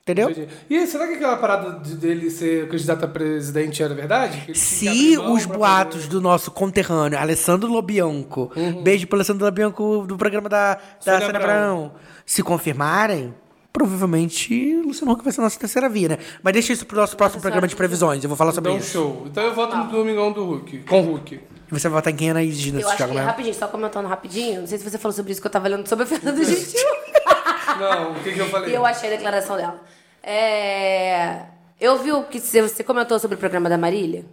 Entendeu? Entendi. né? E será que aquela parada de- dele ser candidato a presidente era verdade? Que ele tinha que Se abrir mão os pra boatos poder- do nosso conterrâneo, Alessandro Lobianco, beijo pro Alessandro Lobianco do programa da, da Uhum. Sônia Sônia Abrão. Abrão, se confirmarem, provavelmente Luciano Huck vai ser a nossa terceira via, né? Mas deixa isso pro nosso próximo programa de previsões, eu vou falar sobre Então, isso. show. Então eu voto no Domingão do Hulk. Com o Hulk. E você vai votar em quem é na Isis Eu nesse acho jogo, que, né? rapidinho, só comentando rapidinho, não sei se você falou sobre isso que eu tava lendo sobre a Fernanda Gentil. Não, o que, que eu falei? E eu achei a declaração dela. É, Eu vi o que você você comentou sobre o programa da Marília?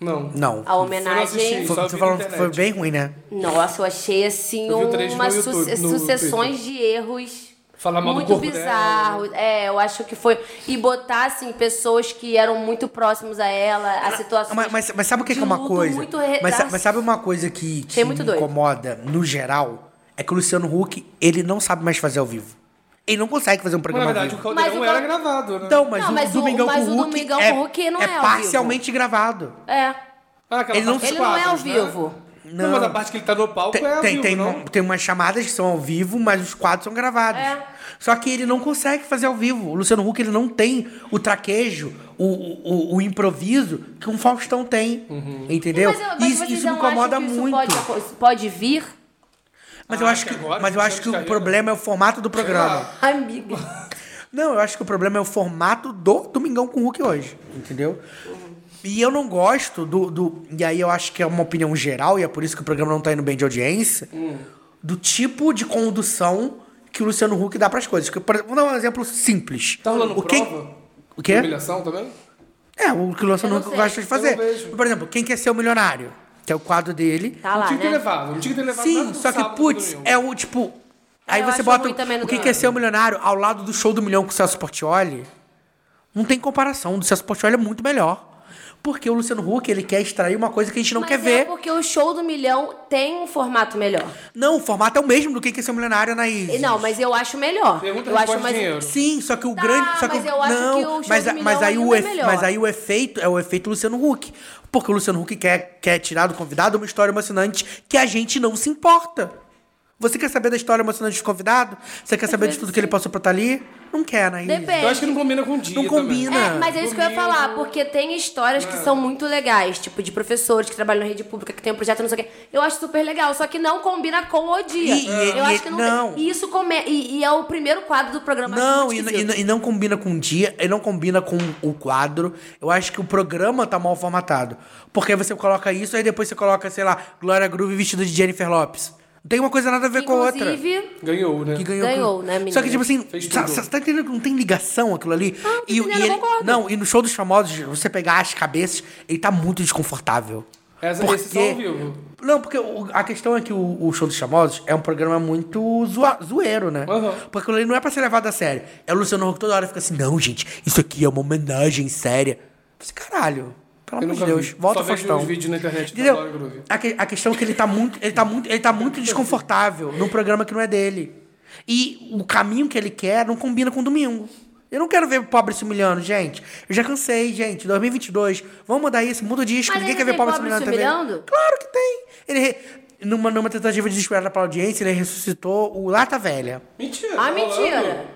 Não. Não. A assisti. homenagem. Foi- Só vi Você na falou que foi internet. bem ruim, né? Nossa, eu achei assim Eu vi o trecho no umas YouTube, suce- no sucessões de erros. Falar mal do muito corpo né? bizarros. É, eu acho que foi. E botar, assim, pessoas que eram muito próximos a ela, a situação. Ah, Mas, mas- mas sabe o que, de que é uma luto coisa? Muito mas, sa- retar- mas sabe uma coisa que, que Tem é muito me doido. incomoda no geral? É que o Luciano Huck, ele não sabe mais fazer ao vivo. Ele não consegue fazer um Mas, na programa ao verdade, o vivo. Caldeirão Mas o era Cal- gravado, né? Então, mas, Não, mas o o- Domingão mas com o o Hulk, Domingão é, com o Huck não é ao vivo. parcialmente gravado. É. Ah, aquela ele não- parte dos Ele não é ao quadros, né? vivo. Não. mas a parte que ele tá no palco Tem, é ao tem, vivo, tem, não? um- tem umas chamadas que são ao vivo, mas os quadros são gravados. É. Só que ele não consegue fazer ao vivo. O Luciano Huck ele não tem o traquejo, o, o, o- o improviso que um Faustão tem. Uhum. Entendeu? Mas, eu- mas isso vocês isso não me incomoda acham que isso muito. Pode, isso pode vir? Mas eu Ah, acho que, que agora mas eu que acho que estamos o caindo. problema é o formato do programa. Amiga. Não, eu acho que o problema é o formato do Domingão com o Hulk hoje, entendeu? E eu não gosto do, do. E aí eu acho que é uma opinião geral, e é por isso que o programa não tá indo bem de audiência, do tipo de condução que o Luciano Huck dá pras coisas. Que, por exemplo, vou dar um exemplo simples. Tá rolando o quem- prova? O quê? Humilhação também? É, o que o Luciano Eu não Huck sei. gosta de Eu fazer. não vejo. Por exemplo, quem quer ser o milionário? Que é o quadro dele. Tá não lá, tinha que ter né? levado. Não tinha que ter levado Sim, nada do só que, sábado pro putz, domingo. é o tipo. Aí eu você acho bota ruim também no o que, que é domingo. ser o milionário ao lado do show do milhão com o Celso Portioli. Não tem comparação. O do Celso Portioli é muito melhor. Porque o Luciano Huck, ele quer extrair uma coisa que a gente não Mas quer é ver. porque o show do milhão tem um formato melhor. Não, o formato é o mesmo do que que é ser um milionário, Anaís. Não, mas eu acho melhor. Pergunta eu acho resposta dinheiro. Sim, só que o Tá, grande. Só que mas o- eu acho não, que o show do mas, a- milhão mas aí o ainda é efe- melhor. mas aí o efeito é o efeito Luciano Huck. Porque o Luciano Huck quer, quer tirar do convidado uma história emocionante que a gente não se importa. Você quer saber da história emocionante do convidado? Você quer saber de tudo que ele passou pra estar ali? Não quer, né, Anaís. É Depende. Eu acho que não combina com o dia. Não também. combina. É, mas é isso que eu ia falar, porque tem histórias Ah. que são muito legais, tipo de professores que trabalham na rede pública, que tem um projeto, não sei o quê. Eu acho super legal, só que não combina com o dia. E- e- eu e- acho que não. tem- não. E isso come... e, e é o primeiro quadro do programa. acho Não, muito e, n- e esquisito. n- e não combina com o dia, e não combina com o quadro. Eu acho que o programa tá mal formatado. Porque aí você coloca isso, aí depois você coloca, sei lá, Glória Groove vestida de Jennifer Lopes. Não tem uma coisa nada a ver com a outra. Inclusive, Ganhou, né? Que ganhou, Ganhou, que- né, menina? Só que, tipo assim, Fez sa- tudo. sa- você tá entendendo que não tem ligação aquilo ali? Ah, tô entendendo, eu concordo. não, e no show dos famosos, você pegar as cabeças, ele tá muito desconfortável. Essa- Por esse quê? só ao vivo. Não, porque o- a questão é que o, o Show dos Famosos é um programa muito zoa- zoeiro, né? Aham. Porque aquilo ali não é pra ser levado a sério. É o Luciano Huck toda hora fica assim, não, gente, isso aqui é uma homenagem séria. Esse caralho, pelo amor de nunca vi. Deus, volta Só vejo Faustão. os vídeos na internet da Entendeu? Glória Groove. A, que- a questão é que ele tá muito, ele tá muito, ele tá muito desconfortável num programa que não é dele. E o caminho que ele quer não combina com o domingo. Eu não quero ver pobre se humilhando, gente. Eu já cansei, gente. 2022, vamos mudar isso, muda o disco. Mas Ninguém ainda quer ver tem pobre se pobre humilhando, se na TV. humilhando? Claro que tem. Ele, re- numa, numa tentativa desesperada pra audiência, ele ressuscitou o Lata Velha. Mentira. Ah, tá rolando. mentira.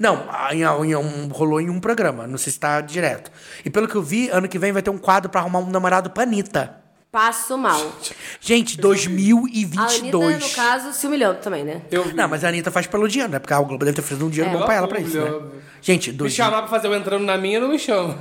Não, em- em- em um- rolou em um programa, não sei se tá direto. E pelo que eu vi, ano que vem vai ter um quadro pra arrumar um namorado pra Anitta. passo mal. Gente, A Anitta, é no 2022. caso, se humilhando também, né? Eu vi. Não, mas a Anitta faz pelo dinheiro, né? Porque a Globo deve ter feito um dinheiro É. bom pra ela pra isso, né? Óbvio. Gente, Me dois, chamar pra fazer eu entrando na minha, não me chama.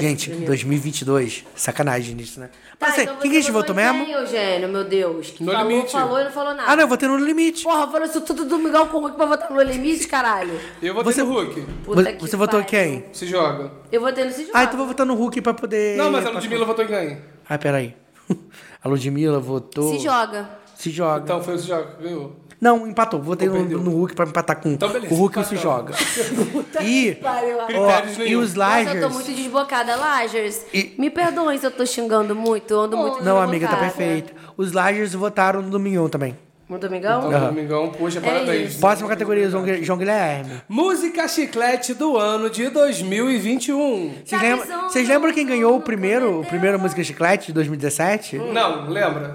gente 2022, sacanagem nisso, né? Tá, Mas assim, então quem que você a gente votou em mesmo? Quem, Eugênio, meu Deus? Que No falou, Limite. falou e não falou nada. Ah, não, eu votei no limite. Porra, falou isso tudo domingão com o Hulk pra votar no limite, caralho. Eu vou Você- ter o Hulk. Puta Você- que Você votou em pariu. quem? Se joga. Eu votei no Cid Ah, então eu vou votar no Hulk pra poder. Não, mas a pra- Ludmilla votou em quem? Ai, peraí. A Ludmilla votou. Se joga. Se joga. Então foi o Se Joga que ganhou. Não, empatou. Votei Ou no, perdeu. no Hulk pra empatar com Então, beleza, o Hulk e se joga. empatamos. e, pariu, amor. ó, Critérios e nenhum. os Nossa, eu tô Lagers. muito desbocada, Lagers. E- Me perdoem se eu tô xingando muito, eu ando muito Não, amiga, tá desbocada. perfeito. Os Lagers votaram no Domingão também. No domingão? Então, Domingão, poxa, parabéns. É isso. Próxima categoria, João Gui- João Guilherme. Música chiclete do ano de 2021. Vocês Tá lembram, avisando, vocês lembram quem ganhou o não primeiro, o prometeu. primeiro música chiclete de 2017? Não, lembra?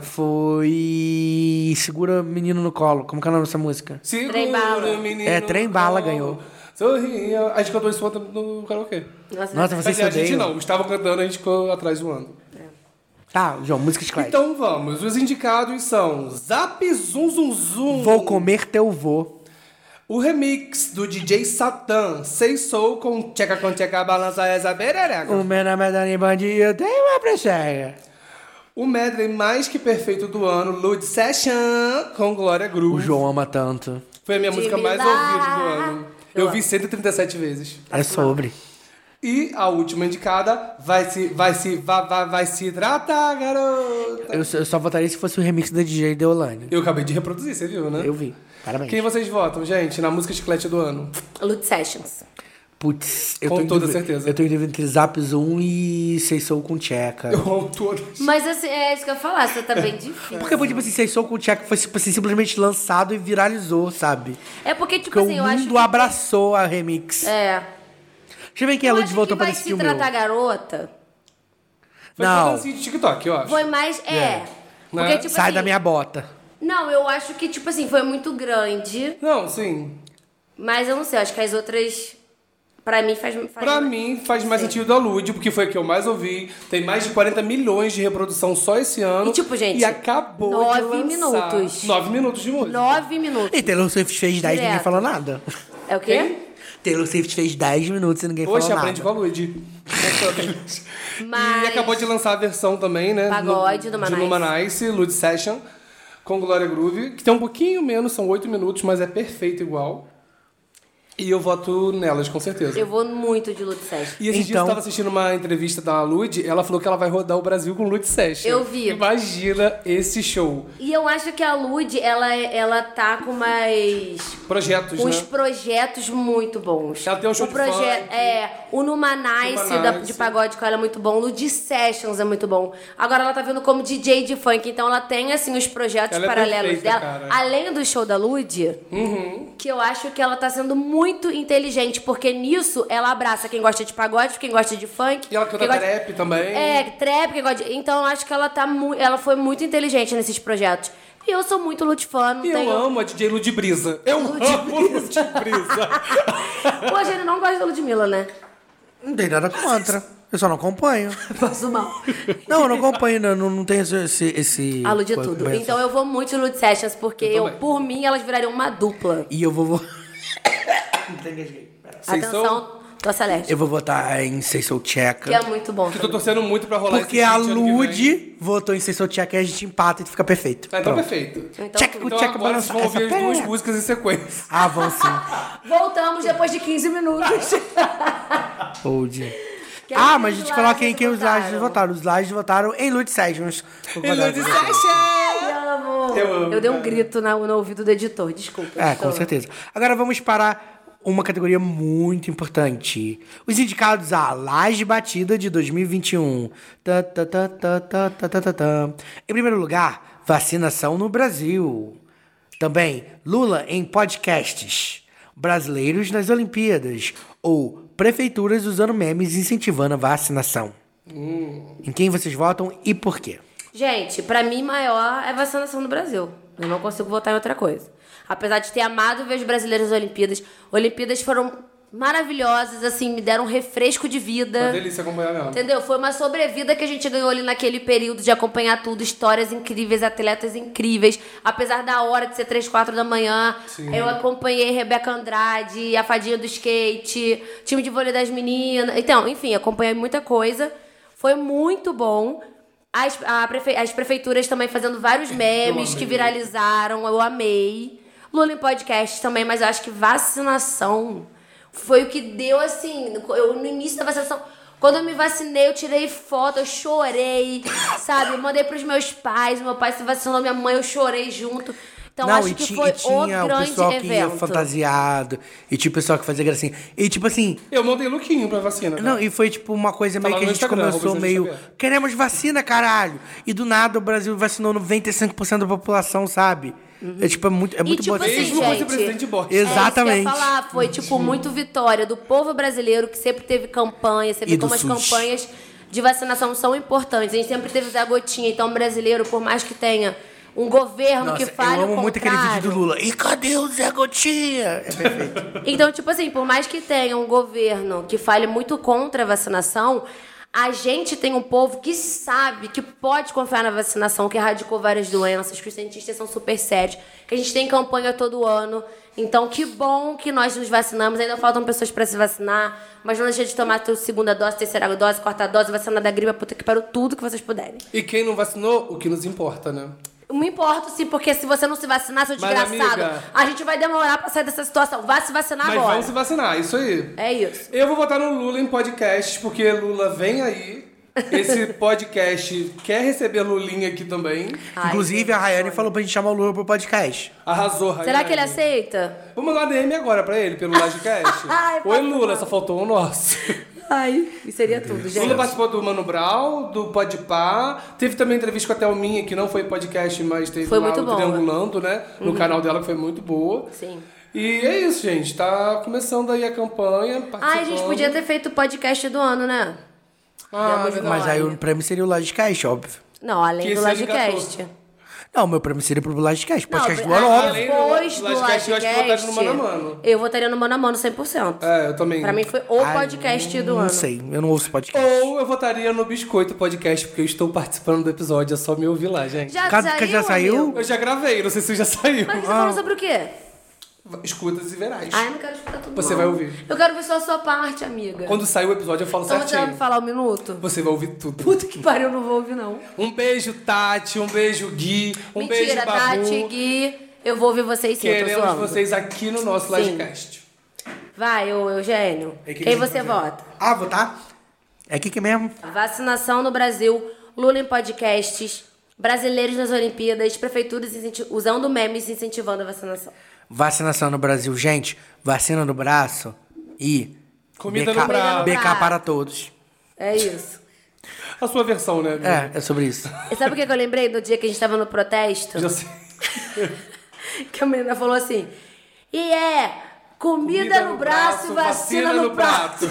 Foi. Segura Menino no Colo. Como que é o nome dessa música? Trem Bala. Segura, menino. É, Trem Bala não. ganhou. Sorria. A gente cantou isso ontem no karaokê. Nossa, Quer vocês dizer, se a gente odeiam. não, estava cantando, a gente ficou atrás zoando. Tá, João, música chiclete. Então vamos, os indicados são Zap Zum Zum Zum. Vou comer teu vô. O remix do DJ Satã, Sei Soul com Tcheca com Tcheca Balança Essa Perereca. O meu nome é Dani Bandido, eu tenho uma prechega. O medley mais que perfeito do ano, Lud Session com Glória O Groove. João ama tanto. Foi a minha De música me mais dar. ouvida do ano. Eu Eu vi amo. 137 vezes. É sobre. E a última indicada vai se vai se vai, vai, vai se tratar, garota. Eu, só- eu só votaria se fosse o remix da DJ Deolane. Eu acabei de reproduzir, você viu, né? Eu vi. Parabéns. Quem vocês votam, gente, na música chiclete do ano? Loot Sessions. Putz, eu Com tô em toda dúvida- certeza. Eu tô em dúvida entre Zap Zoom e Sei Sou com Tcheca. Eu amo todas. Mas assim, é isso que eu ia falar, você tá bem difícil. Porque, tipo assim, Sei Sou com Tcheca foi tipo assim, simplesmente lançado e viralizou, sabe? É porque, tipo Porque assim, o eu acho mundo que... abraçou a remix. É. Deixa eu ver quem é a Eu Lud acho voltou que pra vai assistir se o meu. tratar garota. Foi Não. dancinha de TikTok, eu acho. Foi mais... É. Porque, Né? tipo Sai assim, da minha bota. Não, eu acho que, tipo assim, foi muito grande. Não, sim. Mas eu não sei, acho que as outras... Pra mim faz... faz Pra mim, faz mais Sim. sentido a Lud, porque foi a que eu mais ouvi. Tem mais de 40 milhões de reprodução só esse ano. E, tipo, gente, E acabou nove de lançar. minutos. Nove minutos de música. Nove minutos. E Taylor Swift fez 10 e ninguém Direto. falou nada. É o quê? Taylor Swift fez 10 minutos e ninguém Poxa, falou aprende com nada. a Lud. Mas- E acabou de lançar a versão também, né? Pagode, do Numa De Nice. Numa Nice, Lud Session, com Glória Groove, que tem um pouquinho menos, são oito minutos, mas é perfeito igual. E eu voto nelas, com certeza. Eu vou muito de Loot Sessions. E esses dias Então- eu tava assistindo uma entrevista da Lud, ela falou que ela vai rodar o Brasil com Lud Session. Eu vi. Imagina esse show. E eu acho que a Lud, ela, ela tá com mais... Projetos, Uns né? projetos muito bons. Ela tem um show o de projeto funk. É, o Numanice Numanice. da- de pagode com ela é muito bom, o Lud Sessions é muito bom. Agora ela tá vindo como DJ de funk, então ela tem, assim, os projetos Ela é paralelos perfeita, dela. cara. Uhum. Além do show da Lud, que eu acho que ela tá sendo muito inteligente, porque nisso ela abraça quem gosta de pagode, quem gosta de funk. E ela canta quem gosta- trap também. É, trap, quem gosta de... Então eu acho que ela tá mu... ela foi muito inteligente nesses projetos. E eu sou muito lutifã, não E eu tenho... amo a DJ Ludibrisa. Eu amo Ludibrisa. Hoje ele não gosta da Ludmilla, né? Não tem nada contra. Eu só não acompanho. Passo mal. Não, eu não acompanho, não, não não tem esse. esse, esse A Lu de tudo. Então eu vou muito de Lud Sessions, porque eu, também. por mim elas virariam uma dupla. E eu vou. vo- Vocês são... Atenção, Classe Celeste. Eu vou votar em Sei Sou Tcheca. Que é muito bom. Que eu tô torcendo muito pra rolar Porque esse a feat ano que vem. Lude votou em Sei Sou Tcheca e a gente empata e fica perfeito. Ah, então Pronto. perfeito. Então, Tcheca, tudo. o Então Tcheca agora vocês balança vão essa ouvir as duas perereca. músicas em sequência. Ah, vão sim. Voltamos depois de 15 minutos. Old. Quem Ah, que mas a os gente falar Lages quem, quem os votaram? Lages votaram. Os Lages votaram em Lude Sessions. Vou votar em Lude Ai, amo. Eu amo, dei um cara. grito na- no ouvido do editor, desculpa. É, editor. com certeza. Agora vamos para uma categoria muito importante. Os indicados à Laje Batida de 2021. Tá, tá, tá, tá, tá, tá, tá, tá, tá. Em primeiro lugar, vacinação no Brasil. Também, Lula em podcasts. Brasileiros nas Olimpíadas. Ou prefeituras usando memes incentivando a vacinação. Em quem vocês votam e por quê? Gente, pra mim maior é vacinação no Brasil. Eu não consigo votar em outra coisa. Apesar de ter amado ver os brasileiros nas Olimpíadas, Olimpíadas foram maravilhosas, assim, me deram um refresco de é. vida. Uma delícia acompanhar mesmo. Entendeu? Foi uma sobrevida que a gente ganhou ali naquele período de acompanhar tudo, histórias incríveis, atletas incríveis. Apesar da hora de ser 3, 4 da manhã, Sim. eu acompanhei Rebeca Andrade, a fadinha do skate, time de vôlei das meninas. Então, enfim, acompanhei muita coisa. Foi muito bom. As, a prefe- as prefeituras também fazendo vários memes amei. que viralizaram, eu amei. Lula em podcast também, mas eu acho que vacinação foi o que deu assim. Eu, no início da vacinação, quando eu me vacinei, eu tirei foto, eu chorei, sabe? Eu mandei pros meus pais, meu pai se vacinou, minha mãe, eu chorei junto. Então acho que ti- foi o tinha grande pessoal que ia evento. fantasiado. E tinha o pessoal que fazia gracinha. E tipo assim. Eu mandei lookinho pra vacina. Não, tá? e foi tipo uma coisa meio lá que a no gente Instagram, começou arroba meio. Júlio Xavier. Queremos vacina, caralho! E do nada o Brasil vacinou 95% da população, sabe? É tipo, é muito, é muito tipo bom. assim, Mesmo com esse gente, presidente bosta. Ex- É isso Exatamente. que eu ia falar. Foi, tipo, muito vitória do povo brasileiro, que sempre teve campanha, você E vê do como as SUS. campanhas de vacinação são importantes. A gente sempre teve da gotinha, então o brasileiro, por mais que tenha um governo Nossa, que fale eu amo o muito aquele vídeo do contrário, Lula. E cadê o Zé Gotinha? É perfeito. então, tipo assim, por mais que tenha um governo que fale muito contra a vacinação, a gente tem um povo que sabe, que pode confiar na vacinação, que erradicou várias doenças, que os cientistas são super sérios, que a gente tem campanha todo ano. Então, que bom que nós nos vacinamos. Ainda faltam pessoas para se vacinar, mas não deixa de tomar a tua segunda dose, terceira dose, quarta dose, vacinar da gripe, puta que pariu, tudo que vocês puderem. E quem não vacinou, o que nos importa, né? Eu Me importo sim, porque se você não se vacinar, seu Mas, desgraçado, amiga- a gente vai demorar pra sair dessa situação. Vá se vacinar Mas agora. vamos se vacinar, isso aí. É isso. Eu vou votar no Lula em podcast, porque Lula vem aí. Esse podcast quer receber Lulinha aqui também. Ai, Inclusive, a Rayane falou pra gente chamar o Lula pro podcast. Arrasou, Será que ele aceita? aceita? Vou mandar DM agora pra ele, pelo Lodcast. Ai, Oi, passa Lula, mal. só faltou o nosso. Ai, e seria tudo, gente. Lula participou do Mano Brau, do Podpah. Teve também entrevista com a Thelminha, que não foi podcast, mas teve Foi lá muito o boa. Triangulando, né? No canal dela, que foi muito boa. Sim. E é isso, gente. Tá começando aí a Ai, campanha. a gente participando. podia ter feito o podcast do ano, né? Ah, Demos verdade. Mas aí Olha. o prêmio seria o Lodcast, óbvio. Não, além Que do esse ele Lodcast. engatou. Não, meu prêmio seria pro Lodcast. Não, é, Podcast do ano, óbvio. Além do depois do Lodcast, Lodcast, eu acho que eu votaria no Mano a Mano. eu votaria no Mano a Mano 100%. É, eu também. Pra mim foi o Ai, podcast do Não ano. sei, eu não ouço podcast. Ou eu votaria no Biscoito Podcast, porque eu estou participando do episódio, é só me ouvir lá, gente. Já Cada- saiu, já saiu? amigo? Eu já Ah. gravei, não sei se já saiu. Mas você falou sobre o quê? Escutas e verás. Ai, não quero escutar tudo Você não. vai ouvir. Eu quero ver só a sua parte, amiga. Quando sair o episódio, eu falo então você vai me certinho. falar um minuto? Você vai ouvir tudo. Puta que pariu, eu não vou ouvir, não. Um beijo, Tati. Um beijo, Gui. Um Mentira, beijo, Babu. Tati, Gui. Eu vou ouvir vocês sim, eu tô Queremos é zoando. vocês aqui no nosso Sim. livecast. Vai, ô Eugênio. É que Quem eles vão você fazer. vota? Ah, tá? votar? É aqui que mesmo? Vacinação no Brasil, Lula em podcasts, brasileiros nas Olimpíadas, prefeituras incenti- usando memes incentivando a vacinação. Vacinação no Brasil, gente. Vacina no braço e. Comida BK, no braço. BK para todos. É isso. A sua versão, né, amiga? É, é sobre isso. E sabe o que que eu lembrei do dia que a gente tava no protesto? Já sei. Que a menina falou assim, e é, comida, no, braço, vacina, no prato.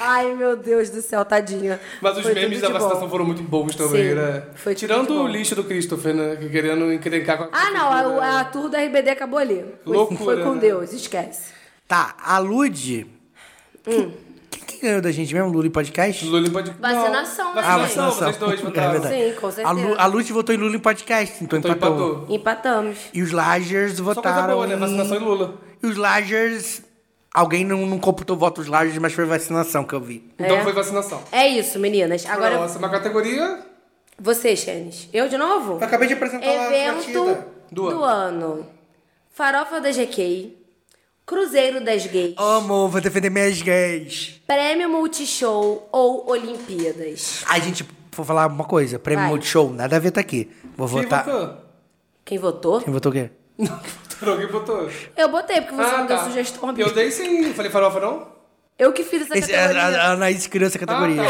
Ai, meu Deus do céu, tadinha. Mas os Foi memes tudo da de bom. vacinação foram muito bons também, Sim, né? foi tudo Tirando de o bom. lixo do Christopher, né? que Querendo encrencar com a. Ah, não, cultura. a, a tour do RBD acabou ali. Foi, né? Loucura, foi com né? Deus, esquece. Tá, a Lud. Hum. Quem que ganhou da gente mesmo? Lula em podcast? Lula pode. não. Vacinação, né, Ah, gente? Vacinação, vacinação. vocês dois É votaram. verdade. Sim, com certeza. A Lu- A Lud votou em Lula em podcast, então então empatou. empatou. Empatamos. E os Lagers Só coisa votaram. boa, né? em- Vacinação e Lula. E os Lagers. Alguém não, não computou voto dos Lagers, mas foi vacinação que eu vi. Então É. foi vacinação. É isso, meninas. Agora, Nossa, uma categoria. você, Xenis. Eu de novo? Eu acabei de apresentar lá a Evento batida. Do do, ano. ano. Farofa da GK. Cruzeiro das Gays. Amo, vou defender minhas gays. Prêmio Multishow ou Olimpíadas. Ai, gente, vou falar uma coisa. Prêmio Vai. Multishow, nada a ver tá aqui. Vou Quem votar. votou? Quem votou? Quem votou o quê? Alguém votou. Eu botei, porque você não deu tá. sugestão. Eu dei sim. Falei farofa, não? Eu que fiz essa Esse, é a, categoria. a, a Anaís criou essa categoria. Ah,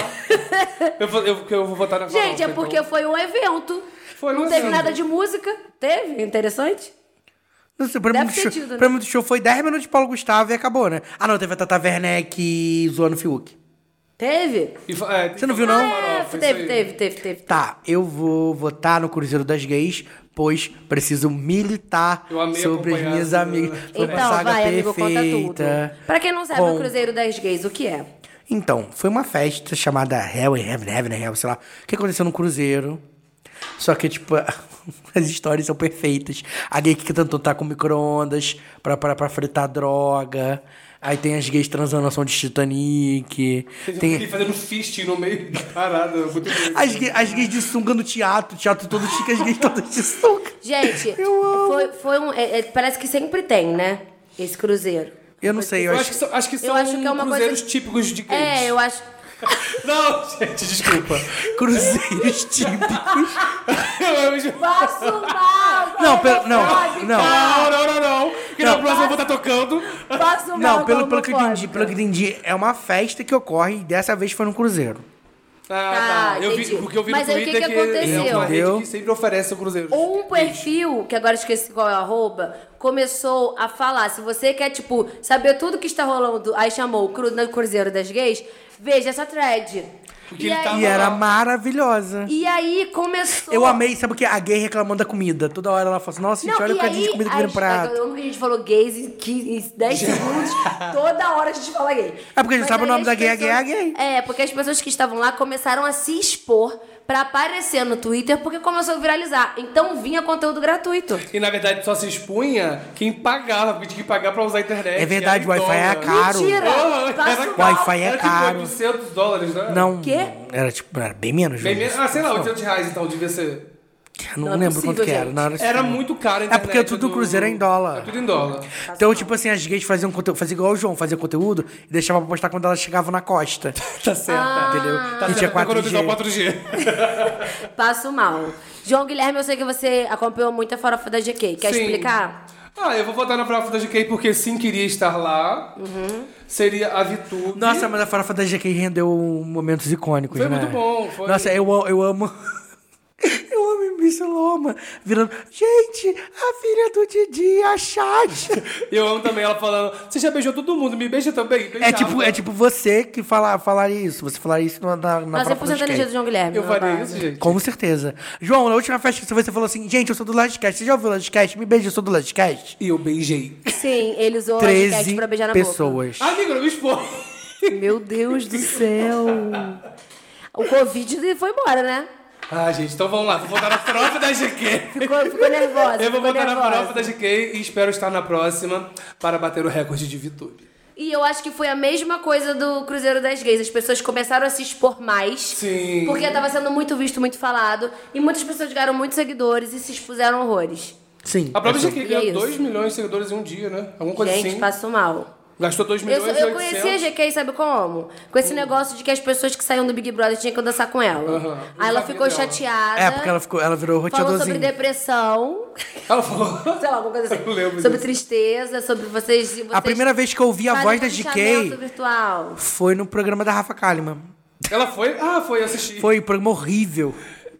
tá. eu, vou, eu, que eu vou votar na farofa. Gente, é porque então. foi um evento. Foi um não teve evento. nada de música. Teve? Interessante? Não sei, o prêmio do, Deve ter show, tido, né? prêmio do show foi 10 minutos de Paulo Gustavo e acabou, né? Ah, não, teve a Tata Werneck zoando o Fiuk. Teve? E fa- é, Você não viu, não? É, farofa, isso teve, aí. teve, teve, teve. Tá, eu vou votar no Cruzeiro das Gays, pois preciso militar Eu amei sobre as acompanhar minhas essa- amigas. Foi uma Então, saga vai, amigo, conta tudo. perfeita. Pra quem não sabe, Com- o Cruzeiro das Gays, o que é? Então, foi uma festa chamada Hell in Heaven, Heaven in Hell, sei lá, que aconteceu num cruzeiro. Só que, tipo, as histórias são perfeitas. A gay que tentou tá com micro-ondas pra, pra, pra fritar droga. Aí tem as gays transando ao som de Titanic. Ele Tem um- Ah, fazendo fist no meio da parada. Muito bem. as, ga- as gays de sunga no teatro. O teatro todo chique, as gays todas de sunga. Gente, foi, foi um. é- é, parece que sempre tem, né? Esse Cruzeiro. Eu não sei, eu Eu acho acho que são, acho que Eu são acho que é uma coisa- cruzeiros típicos de gays. É, eu acho. Não, gente, desculpa. cruzeiros típicos. Eu amo- Passo mal! Não, pelo, não, homofóbico. não. Não, não, não, não. Porque na Não. próxima eu vou estar tocando. Passo mal! Não, com pelo, pelo que eu entendi, homofóbica. pelo que eu entendi, é uma festa que ocorre e dessa vez foi num cruzeiro. Ah, Ah, tá. Eu vi, entendi. o que eu vi Mas no aí o que Twitter que é que é uma aconteceu? rede que sempre oferece o cruzeiro. Ou um perfil, que agora esqueci qual é o arroba, começou a falar. Se você quer, tipo, saber tudo que está rolando, aí chamou o cru, no Cruzeiro das Gays, veja essa thread. E Porque ele tá- aí, E era maravilhosa. e aí começou. Eu amei, sabe o que? A gay reclamando da comida. Toda hora ela fala assim, nossa, gente, Não, olha o e cadinho de aí, comida que a vira gente- prato. Eu amo que a gente falou gays em 15 em 10 segundos, toda hora a gente fala gay. É porque a gente Mas sabe o aí nome as da gay, a gay, a pessoas- gay. É, porque as pessoas que estavam lá começaram a se expor pra aparecer no Twitter porque começou a viralizar. Então vinha conteúdo gratuito. E na verdade só se expunha quem pagava, porque tinha que pagar pra usar a internet. É verdade, Aí o Wi-Fi é dólar. caro. Mentira! Ah, era Passa caro. mal. Wi-Fi é Era caro. Tipo 800 dólares, né? Não, Quê? era tipo, era bem menos. Bem Júlia. menos- Ah, sei lá, 800 reais então, devia ser. Eu Não, Não é lembro possível, quanto que era. gente. na hora Era assim. muito caro a É internet. porque tudo do- cruzeiro é em dólar. É tudo em dólar. Então, tipo assim, as gays faziam conteúdo, faziam igual o João, fazia conteúdo e deixava pra postar quando elas chegavam na costa. Tá certo. Ah. entendeu? Tá que tinha certo, tá 4G. 4G. Passo mal. João Guilherme, eu sei que você acompanhou muito a farofa da GK. Quer Sim. explicar? Ah, eu vou votar na farofa da GK porque sim, queria estar lá. Seria a Vitube. Nossa, mas a farofa da GK rendeu momentos icônicos, Foi né? muito bom, foi- Nossa, eu, a- eu amo... Eu amo a Miss Loma virando... Gente, a filha do Didi, a Chad. Eu amo também ela falando, você já beijou todo mundo, me beija também. É Beijava. tipo, é tipo você que fala, falaria isso. Você falaria isso na, na, na Nossa, farofa eu fui do sentando skate. energia é do João Guilherme. é? Eu na faria base. isso, gente. Com certeza. João, na última festa que você foi, você falou assim, gente, eu sou do Ladcast. Você já ouviu o Ladcast? Me beija, eu sou do Ladcast. E eu beijei. Sim, ele usou a Cat 13 pra beijar na boca. Ah, pessoas. Amigo, não me expõe. Meu Deus do céu. O Covid foi embora, né? Ah, gente, então vamos lá. Vou votar na farofa da GK. Ficou, ficou nervosa. Eu ficou vou votar na nervosa. farofa da GK e espero estar na próxima para bater o recorde de Vitube. E eu acho que foi a mesma coisa do Cruzeiro das Gays. As pessoas começaram a se expor mais. Sim. Porque tava sendo muito visto, muito falado. E muitas pessoas ganharam muitos seguidores e se expuseram a horrores. Sim. A própria GK E é ganhou isso. 2 milhões de seguidores em um dia, né? Alguma coisa Gente, assim. passo mal. Gastou 2 Eu, milhões sou- e eu 800. conheci a GK, sabe como? Com Hum. esse negócio de que as pessoas que saíam do Big Brother tinham que dançar com ela. Aham. Aí ela Eu sabia ficou dela. chateada. É, porque ela, ficou, ela virou Falou sobre roteadorzinha. depressão, Ela falou... sei lá, alguma coisa assim. Eu lembro sobre disso. tristeza, sobre vocês. vocês A primeira vez que eu ouvi a fazem um voz da linchamento GK virtual. foi no programa da Rafa Kalimann. Ela foi... Ah, foi assistir. Foi um programa horrível.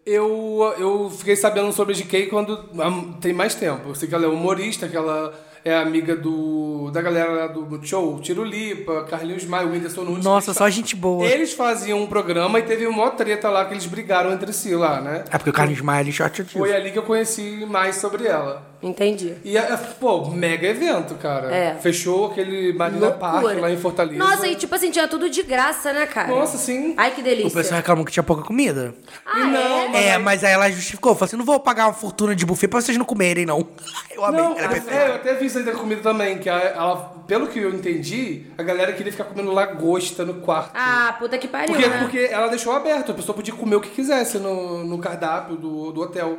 Eu, eu fiquei sabendo sobre a GK quando há- tem mais tempo. Eu sei que ela é humorista, que ela é amiga do da galera lá do Multishow, Tirulipa, Carlinhos Maia, Whindersson Nunes. Nossa, Eles só fa- gente boa. Eles faziam um programa e teve uma treta lá que eles brigaram entre si lá, né? É porque o Carlinhos Maia ele shot Foi ali que eu conheci mais sobre ela. Entendi. E, é- é, pô, mega evento, cara. É. Fechou aquele Marina Park Loucura. lá em Fortaleza. Nossa, e tipo assim, tinha tudo de graça, né, cara? Nossa, sim. Ai, que O pessoal é delícia. reclamou que tinha pouca comida. Ah, E não, é? mas- É, mas aí ela justificou. Falou assim, não vou pagar uma fortuna de buffet pra vocês não comerem, não. Eu amei. Não, Ela é perfeita. é, eu até vi isso aí da comida também, que a- ela, pelo que eu entendi, a galera queria ficar comendo lagosta no quarto. Ah, puta que pariu, Porque, né? porque ela deixou aberto, a pessoa podia comer o que quisesse no, no cardápio do, do hotel.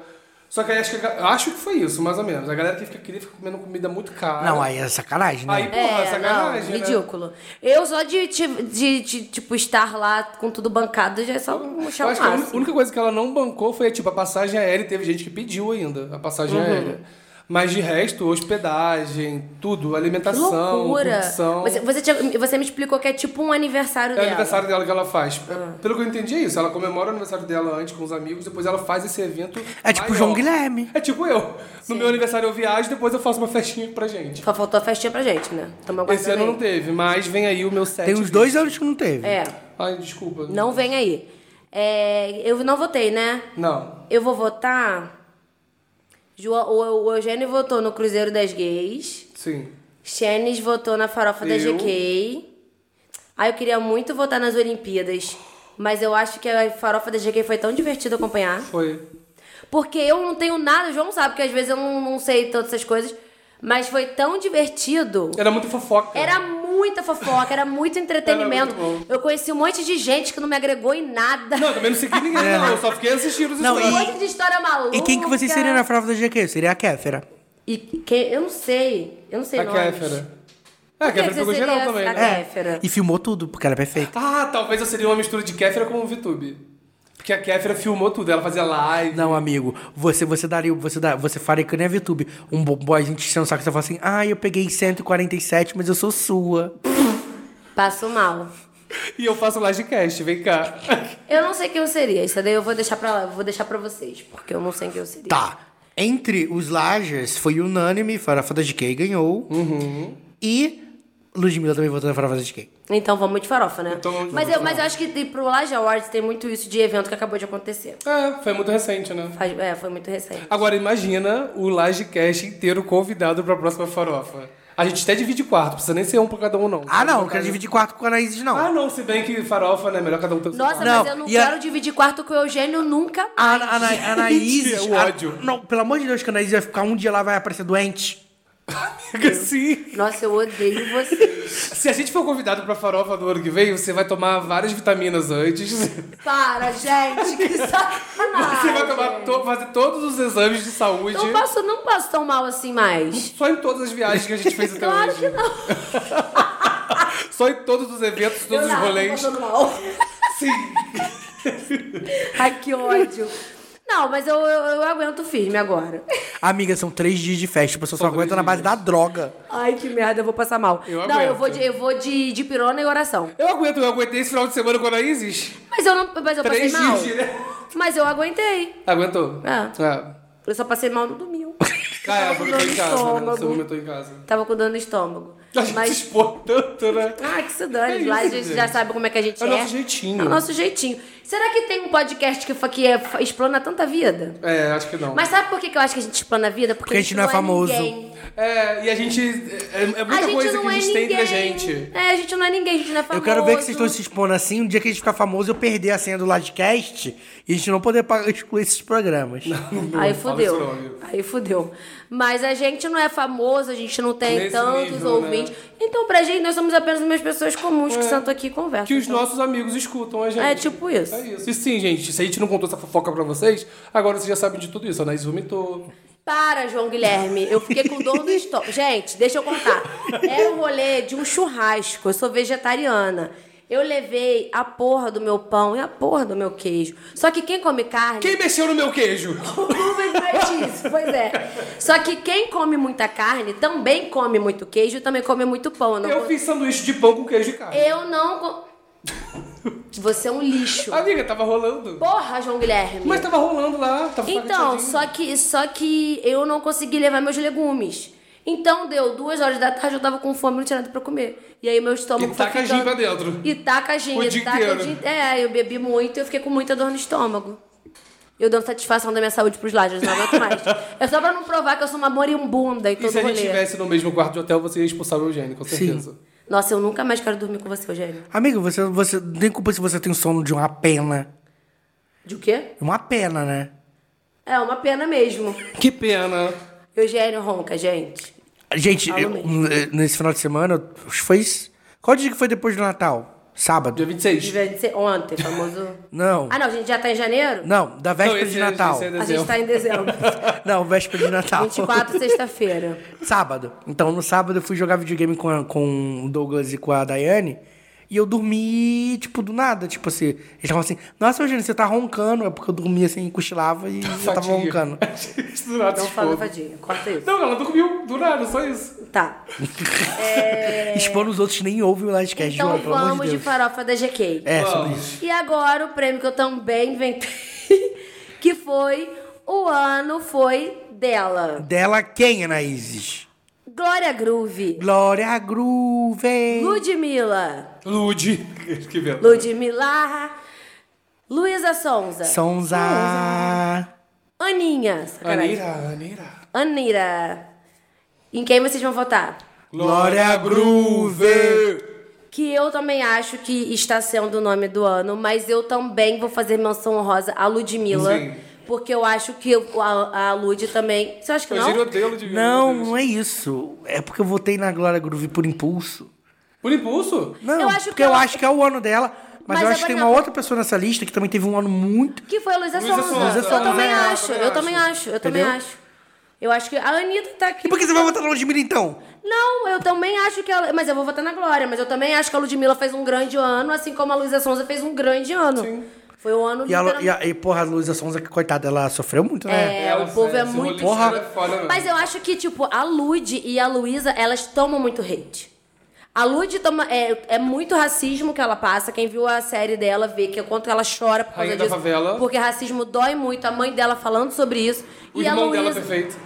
Só que aí acho que, a- acho que foi isso, mais ou menos. A galera que fica, queria ficar comendo comida muito cara. Não, aí é sacanagem, né? Aí, porra, É, sacanagem. não, né? ridículo. Eu só de, ti- de, de, tipo, estar lá com tudo bancado já é só um Eu acho que a chamaço. un- única coisa que ela não bancou foi, tipo, a passagem aérea. e Teve gente que pediu ainda a Uhum. passagem aérea. Mas de resto, hospedagem, tudo, Que alimentação, loucura! é condição. Você, você, tinha- você me explicou que é tipo um aniversário É o dela. aniversário dela que ela faz. Ah. Pelo que eu entendi, é isso. Ela comemora o aniversário dela antes com os amigos, depois ela faz esse evento. É tipo maior. João Guilherme. É tipo eu. No meu aniversário eu viajo, depois eu faço uma festinha pra gente. Só faltou a festinha pra gente, né? Tomar um Esse guardanapo. ano não teve, mas vem aí o meu set. Tem uns dois anos que não teve. É, Ai, desculpa. não vem aí. É, eu não votei, né? Não. Eu vou votar... Jo- o, o Eugênio votou no Cruzeiro das Gays. Sim. Xenis votou na farofa da Eu. GK. Ah, eu queria muito votar nas Olimpíadas. Mas eu acho que a farofa da GK foi tão divertido acompanhar. Foi. Porque eu não tenho nada, o João sabe que às vezes eu não, não sei todas essas coisas. Mas foi tão divertido. Era muito fofoca. Era muita fofoca, era muito entretenimento. Era muito eu conheci um monte de gente que não me agregou em nada. Não, eu também não segui ninguém, não. Eu só fiquei assistindo os É, né? Não, um stories. monte de história maluca. E quem que vocês seriam na prova da GQ? Seria a Kéfera. E quem- eu não sei. Eu não sei A nomes. Kéfera. Por É, a que Kéfera que pegou você geral seria também, a né? É. Kéfera. E filmou tudo, porque ela é perfeita. Ah, talvez eu seria uma mistura de Kéfera com o VTube. Porque a Kéfera filmou tudo, ela fazia live. Não, amigo, você, você daria, você, dá, você faria que nem a VTube. Um bo- boyzinho te enchendo o saco, você fala assim, ah, eu peguei 147, mas eu sou sua. Passo mal. E eu faço livecast, vem cá. Eu não sei quem eu seria. Isso daí eu vou deixar pra lá, eu vou deixar pra vocês, porque eu não sei quem eu seria. Tá. Entre os Lajas, foi unânime, Farofa da GK ganhou. Uhum. E Ludmilla também votou na Farofa da GK. Então vamos de farofa, né? Então vamos de mas, eu, farofa. mas eu acho que tipo, pro Laje Awards tem muito isso de evento que acabou de acontecer. É, foi muito recente, né? Faz- é, foi muito recente. Agora imagina o Lajecast inteiro convidado pra próxima farofa. A gente até divide quarto, precisa nem ser um pra cada um, não. Ah, não, não quero dividir quarto com a Anaíses, não. Ah, não, se bem que farofa, né? Melhor cada um ter o seu Nossa, quarto. Não, mas eu não e a- quero dividir quarto com o Eugênio nunca. A Ana- Ana- Anaíses... o ódio. a- não, pelo amor de Deus, que a Anaíses vai ficar um dia lá, vai aparecer doente. Fica assim. Nossa, eu odeio vocês. Se a gente for convidado pra farofa do ano que vem, você vai tomar várias vitaminas antes. Você Para, gente, que sacanagem. vai tomar to- fazer todos os exames de saúde. Não passo, não passo tão mal assim mais. Só em todas as viagens que a gente fez até Claro hoje. que não. Só em todos os eventos, Eu todos os não, tô rolês. passando mal. Sim. Ai, que ódio. Não, mas eu, eu, eu aguento o firme agora. Amiga, são três dias de festa, a pessoa só São três aguenta na base da dias. droga. Ai, que merda, eu vou passar mal. Eu não, eu aguento. vou de, eu vou de, de pirona e oração. Eu aguento, eu aguentei esse final de semana com a Anaíses. Mas eu não. Mas eu Três passei mal. dias direto. Mas eu aguentei. Aguentou? É. É. Eu só passei mal no domingo. Ah, Eu é, tava com vomitou dor em no casa, né? Você estômago. vomitou em casa. Tava com dor no estômago. A gente se Mas. expor tanto, né? Ah, que se dane. É isso, Lá a gente já gente. sabe como é que a gente É é. o nosso jeitinho. É o nosso jeitinho. Será que tem um podcast que, fa- que é, fa- explana tanta vida? É, acho que não. Mas sabe por que que eu acho que a gente explana a vida? Porque, Porque a gente não é famoso. ninguém. É, e a gente. É, é A muita gente coisa que não a é gente tem ninguém. entre a gente. É, a gente não é ninguém, a gente não é Eu famoso. quero ver que vocês estão se expondo assim. Um dia que a gente ficar famoso, eu perder a senha do Ladcast e a gente não poder pagar- excluir esses programas. Aí Fala isso não, fudeu. amigo. Aí fudeu. Mas a gente não é famoso, a gente não tem Nesse tantos nível, né? É. ouvintes. Então, pra gente, nós somos apenas umas pessoas comuns que sentam aqui e conversam. Que os então. nossos amigos escutam a gente. É tipo isso. É isso. E sim, gente, se a gente não contou essa fofoca pra vocês, agora vocês já sabem de tudo isso. A Anaís vomitou. Para, João Guilherme. Eu fiquei com dor no estômago. Gente, deixa eu contar. Era um rolê de um churrasco. Eu sou vegetariana. Eu levei a porra do meu pão e a porra do meu queijo. Só que quem come carne. Quem mexeu no meu queijo? Rubens Martins, pois é. Só que quem come muita carne também come muito queijo, também come muito pão. Eu não, Eu con- fiz sanduíche de pão com queijo e carne. Eu não con- Você é um lixo. Amiga, tava rolando. Porra, João Guilherme. Mas tava rolando lá, tava Então, fatiadinho. só que, só que eu não consegui levar meus legumes. Então deu duas horas da tarde, eu tava com fome, não tinha nada pra comer. E aí meu estômago E foi taca gin ficando- pra dentro. E taca gin, O e dia taca inteiro. gin. É, eu bebi muito e eu fiquei com muita dor no estômago. Eu dando satisfação da minha saúde pros lajes, não aguento mais. é só pra não provar que eu sou uma moribunda e E todo se a rolê. gente estivesse no mesmo quarto de hotel, você ia expulsar o Eugênio, com certeza. Nossa, eu nunca mais quero dormir com você, Eugênio. Amigo, você, você não tem culpa se você tem sono de uma pena. De o quê? Uma pena, né? É uma pena mesmo. Que pena. Eugênio ronca, gente. Gente, Fala eu- mesmo. n- eh, nesse final de semana, eu- foi. s- Qual dia que foi depois do Natal? Sábado? Dia 26. Devia ser ontem, famoso. Não. Ah, não, a gente já tá em janeiro? Não, da véspera esse de é- Natal. esse é A gente tá em dezembro. Não, véspera de Natal. 24, sexta-feira. Sábado. Então, no sábado, eu fui jogar videogame com, a- com o Douglas e com a Daiane. E eu dormi, tipo, do nada. Tipo assim, eles estavam assim, nossa, Eugênio, você tá roncando. É porque eu dormia assim, cochilava e eu tava Fadinha. roncando. do nada, Não tipo- Então fala fadinha, corta isso. Não, ela dormiu do nada, só isso. Tá. Expondo os outros, nem ouvem o Livecast, Então juro, pelo amor vamos de de Deus. farofa da GK. É, sobre isso. E agora o prêmio que eu também inventei, que foi o ano foi dela. Dela quem, Anaíses? Glória Groove, Glória Groove. Ludmilla, Lude. Que vendo. Ludmilla, Luísa Sonza, Sonza. Aninha, sacanagem. Anira, Anira. Anira. Em quem vocês vão votar? Glória Groove. Que eu também acho que está sendo o nome do ano, mas eu também vou fazer menção honrosa à Ludmilla. Sim. Porque eu acho que eu- a, a Lud também. Você acha que Eu não? giro odeio Ludmilla. Não, meu Deus. não é isso. É porque eu votei na Glória Groove por impulso. Por impulso? Não, Eu acho porque que eu ela- acho que é o ano dela. Mas, Mas eu a acho que tem uma Vanilla- outra pessoa nessa lista que também teve um ano muito. Que foi a Luísa Luísa Sonza. Sonza. Eu também É, eu acho, também eu também acho, eu também Entendeu? acho. Eu acho que a Anitta tá aqui. E por que você vai votar na Ludmilla então? Não, eu também acho que ela. Mas eu vou votar na Glória, mas eu também acho que a Ludmilla fez um grande ano, assim como a Luísa Sonza fez um grande ano. Sim. Foi o ano E, a, Lu- literalmente- e, a, e porra, a Luísa Sonza, que coitada, ela sofreu muito, né? É, o povo é esse muito. rolinho Porra. É foda, mesmo. Mas eu acho que, tipo, a Lud e a Luísa, elas tomam muito hate. A Lud toma, é, é muito racismo que ela passa. Quem viu a série dela vê que o quanto ela chora por causa Rainha da disso. favela. Porque racismo dói muito. A mãe dela falando sobre isso. O e a irmão dela Luísa. é perfeito.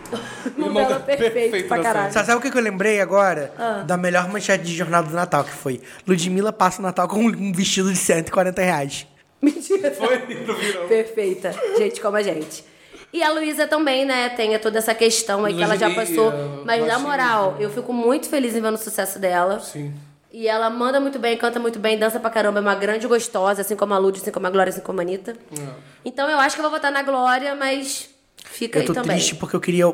O irmão dela é perfeito, pra na caralho. Sabe, sabe o que que eu lembrei agora? Ah. Da melhor manchete de jornal do Natal, que foi Ludmilla passa o Natal com um vestido de 140 reais. Mentira. Foi, não vi não. Perfeita. Gente como a gente. E a Luísa também, né, tem toda essa questão aí que ela já Ludmilla, passou. Mas, na machismo. moral, eu fico muito feliz em vendo o sucesso dela. Sim. E ela manda muito bem, canta muito bem, dança pra caramba, é uma grande gostosa, assim como a Lud, assim como a Glória, assim como a Anitta. Então eu acho que eu vou votar na Glória, mas É. fica Eu aí tô também. triste porque eu queria.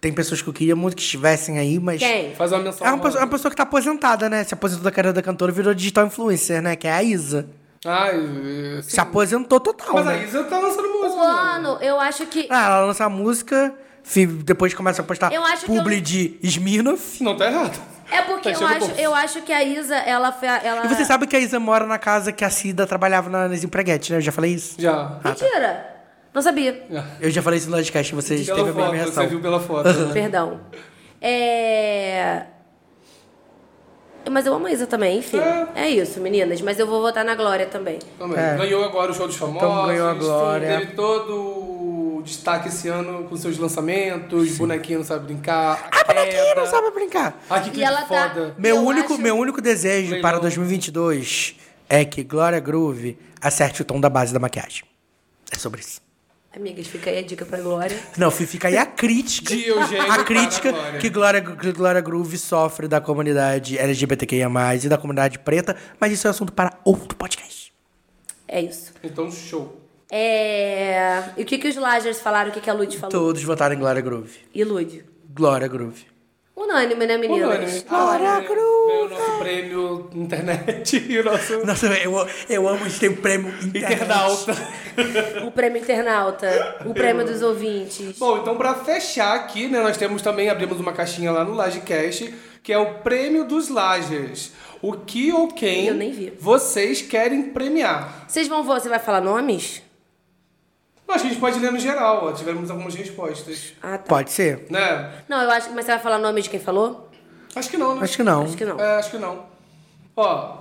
Tem pessoas que eu queria muito que estivessem aí, mas. Quem? Faz uma menção. É uma, pessoa, é honrosa. uma pessoa que tá aposentada, né? Se aposentou da carreira da cantora e virou digital influencer, né? Que é a Isa. Ai, eh, sim. Se aposentou total, Mas né? a Isa tá lançando música. O ano, eu acho que. Ah, ela lança a música, fi- depois começa a postar Eu acho que publi eu- de Smirnoff. Não tá errado. É porque Tá eu enchendo o acho, bolso. eu acho que a Isa, ela. fe- ela... E você sabe que a Isa mora na casa que a Cida trabalhava na Nezinho Preguete, né? Eu já falei isso. Já. Mentira! Não sabia. Eu já falei isso no podcast, você teve a Pela mesma foto, reação. você viu pela foto. né? Perdão. É. Mas eu amo a Isa também, enfim. É. isso, meninas. Mas eu vou votar na Glória também. Também. É. Ganhou agora o show dos famosos. Então ganhou a Glória. Teve todo o destaque esse ano com seus lançamentos, bonequinho não sabe brincar. Ah, bonequinha, não sabe brincar. Ah, que E clipe ela tá- foda. Meu É, Eu único, acho- meu único desejo Leilão. para 2022 é que Glória Groove acerte o tom da base da maquiagem. É sobre isso. Amigas, fica aí a dica pra Glória. Não, fi- fica aí a crítica. De Eugênio a para crítica Glória. que Glória, que Glória Groove sofre da comunidade LGBTQIA, e da comunidade preta, mas isso é assunto para outro podcast. É isso. Então, show. É... E o que, que os Lajers falaram? O que, que a Lud falou? Todos votaram em Glória Groove. E Lud? Glória Groove. Unânime, né, meninas? Unânime. Glória Ah, é. Groove. Ganhou o nosso prêmio internet e o nosso Nossa, eu, eu amo esse prêmio internauta. O prêmio internauta. O prêmio dos ouvintes. Bom, então pra fechar aqui, né, nós temos também, abrimos uma caixinha lá no Lagecast, que é o prêmio dos Lages. O que ou quem Eu nem vi. vocês querem premiar? Vocês vão... Você vai falar nomes? Acho que a gente pode ler no geral, ó, tivemos algumas respostas. Ah, tá. Pode ser? Né? Não, eu acho... Mas você vai falar nome de quem falou? Acho que não, né? Acho que não. Acho que não. É, acho que não. Ó,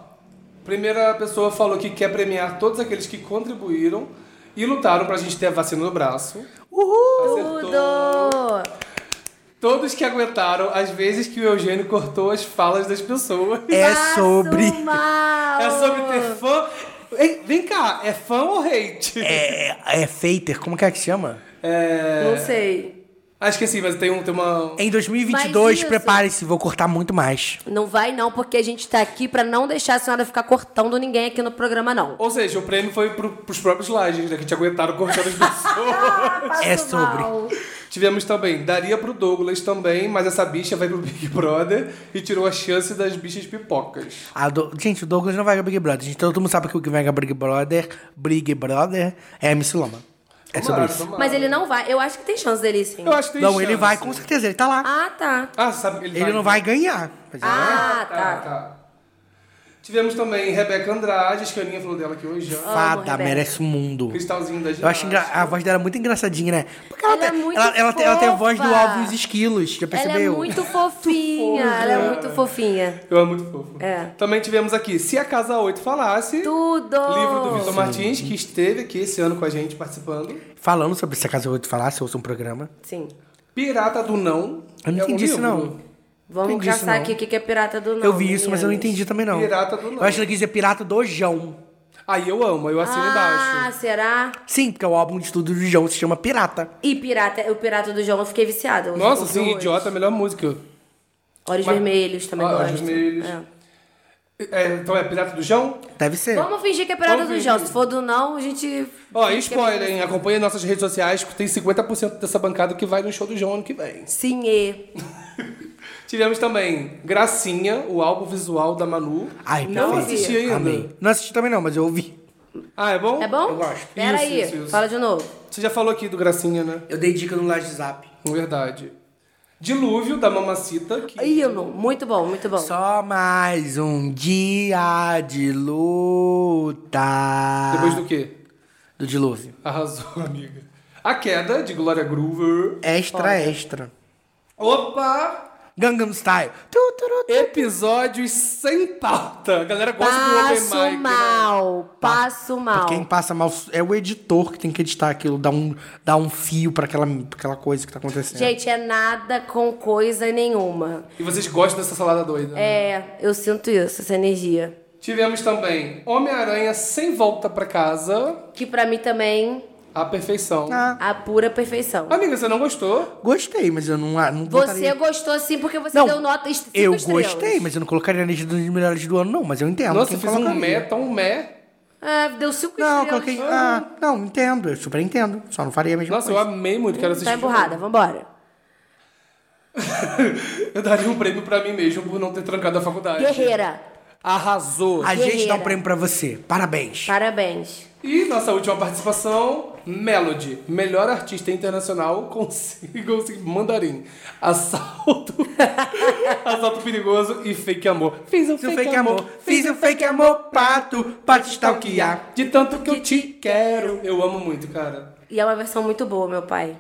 primeira pessoa falou que quer premiar todos aqueles que contribuíram e lutaram pra gente ter a vacina no braço. Tudo! Todos que aguentaram, às vezes que o Eugênio cortou as falas das pessoas. É Faço sobre. mal. É sobre ter fã. Ei, Vem cá, é fã ou hate? É, é Fater, como que é que chama? Não sei. Ah, esqueci, mas tem, um, tem uma. Em Mas 2022, isso- prepare-se, vou cortar muito mais. Não vai não, porque a gente tá aqui pra não deixar a senhora ficar cortando ninguém aqui no programa, não. Ou seja, o prêmio foi pro, pros próprios lajes, né? Que te aguentaram cortando as pessoas. É sobre. Tivemos também, daria pro Douglas também, mas essa bicha vai pro Big Brother e tirou a chance das bichas pipocas. A do- Gente, o Douglas não vai ao Big Brother. Gente, todo mundo sabe que o que vai ao Big Brother, Big Brother, é MC Loma. É sobre Tomara, isso. tomara. Mas ele não vai. Eu acho que tem chance dele, sim. Eu acho que tem Não, ele chance. vai, com certeza, ele tá lá. Ah, tá. Ah, sabe, ele, Ele não vai ganhar. Mas é ele vai. Ah, Tá, tá. tá. Tivemos também Rebeca Andrade, acho que a Aninha falou dela aqui hoje. Ah. ó. Fada, Rebeca. merece o mundo. Cristalzinho da Eu acho engra- ginástica. a voz dela muito engraçadinha, né? Porque ela, Ela é tem, muito ela, ela tem, ela tem a voz do fofa. álbum Os Esquilos, já Ela percebeu? é muito fofinha. Ela é muito fofinha. Eu amo muito fofo. É. Também tivemos aqui Se a Casa 8 Falasse, Tudo. livro do Vitor Martins, que esteve aqui esse ano com a gente participando. Falando sobre essa casa eu vou te falar, se ouça um programa. Sim. Pirata do Não. Eu não é um entendi isso, livro. não. Vamos Entendi isso, caçar não. aqui o que que é pirata do não. eu vi isso, mas eu não meninas. entendi também, não. Pirata do Eu Não. acho que ele quis dizer pirata do João. Aí eu amo, eu assino Ah, Assim, embaixo. será? Sim, porque é o álbum de estudo do João se chama Pirata. E pirata, o pirata do João eu fiquei viciada. Eu Nossa, ouvi sim, hoje. idiota, a melhor música. Olhos Mas- vermelhos também Ah, gosto. Olhos Vermelhos. É. É, então é Pirata do João? Deve ser. Vamos fingir que é pirata Vamos do fingir. João. Se for do não, a gente. Ó, finge e que é spoiler, pirata. hein? Acompanhe nossas redes sociais, que tem 50% dessa bancada que vai no show do João ano que vem. Sim, e. Tivemos também Gracinha, o álbum visual da Manu. Ai, Não perfeito. assisti ainda. Amei. Não assisti também, não, mas eu ouvi. Ah, é bom? É bom? Eu gosto. Pera Isso, aí, isso, isso. fala de novo. Você já falou aqui do Gracinha, né? Eu dei dica no Live Zap. Verdade. Dilúvio, da Mamacita. Que... Hino, muito bom, muito bom. Só mais um dia de luta. Depois do quê? do dilúvio. Arrasou, amiga. A queda de Glória Groover. Extra, extra. Opa! Gangnam Style. Tu, tu, tu, tu. Episódios sem pauta. A galera gosta do Passo Open Mic. Né? mal, passo mal. Quem passa mal é o editor que tem que editar aquilo, dar um, dar um fio pra aquela, pra aquela coisa que tá acontecendo. Gente, é nada com coisa nenhuma. E vocês gostam dessa salada doida. né? É, eu sinto isso, essa energia. Tivemos também Homem-Aranha sem volta pra casa. Que pra mim também, A perfeição. Ah, a pura perfeição. Amiga, você não gostou? gostei, mas eu não, ah, não Você botaria- gostou sim porque você Não, deu nota est- cinco Eu estrelas. gostei, mas eu não colocaria na lista dos melhores do ano, não. Mas eu entendo. Nossa, quem fiz um colocaria. mé, tão mé. É, deu cinco Não, estrelas. coloquei... Ah, não, entendo. Eu super entendo. Só não faria a mesma Nossa, eu coisa. amei muito, quero assistir. Tá emburrada, vambora. Eu daria um prêmio pra mim mesmo por não ter trancado a faculdade. Guerreira, Arrasou. A gente dá um Guerreira. prêmio pra você. Parabéns. parabéns. E nossa última participação, Melody, melhor artista internacional com singles em mandarim. Assalto, assalto perigoso e fake amor. Fiz um Fiz um fake amor, fiz um fake amor, pato, pra te stalkear. De tanto que eu te quero. Eu amo muito, cara. E é uma versão muito boa, meu pai.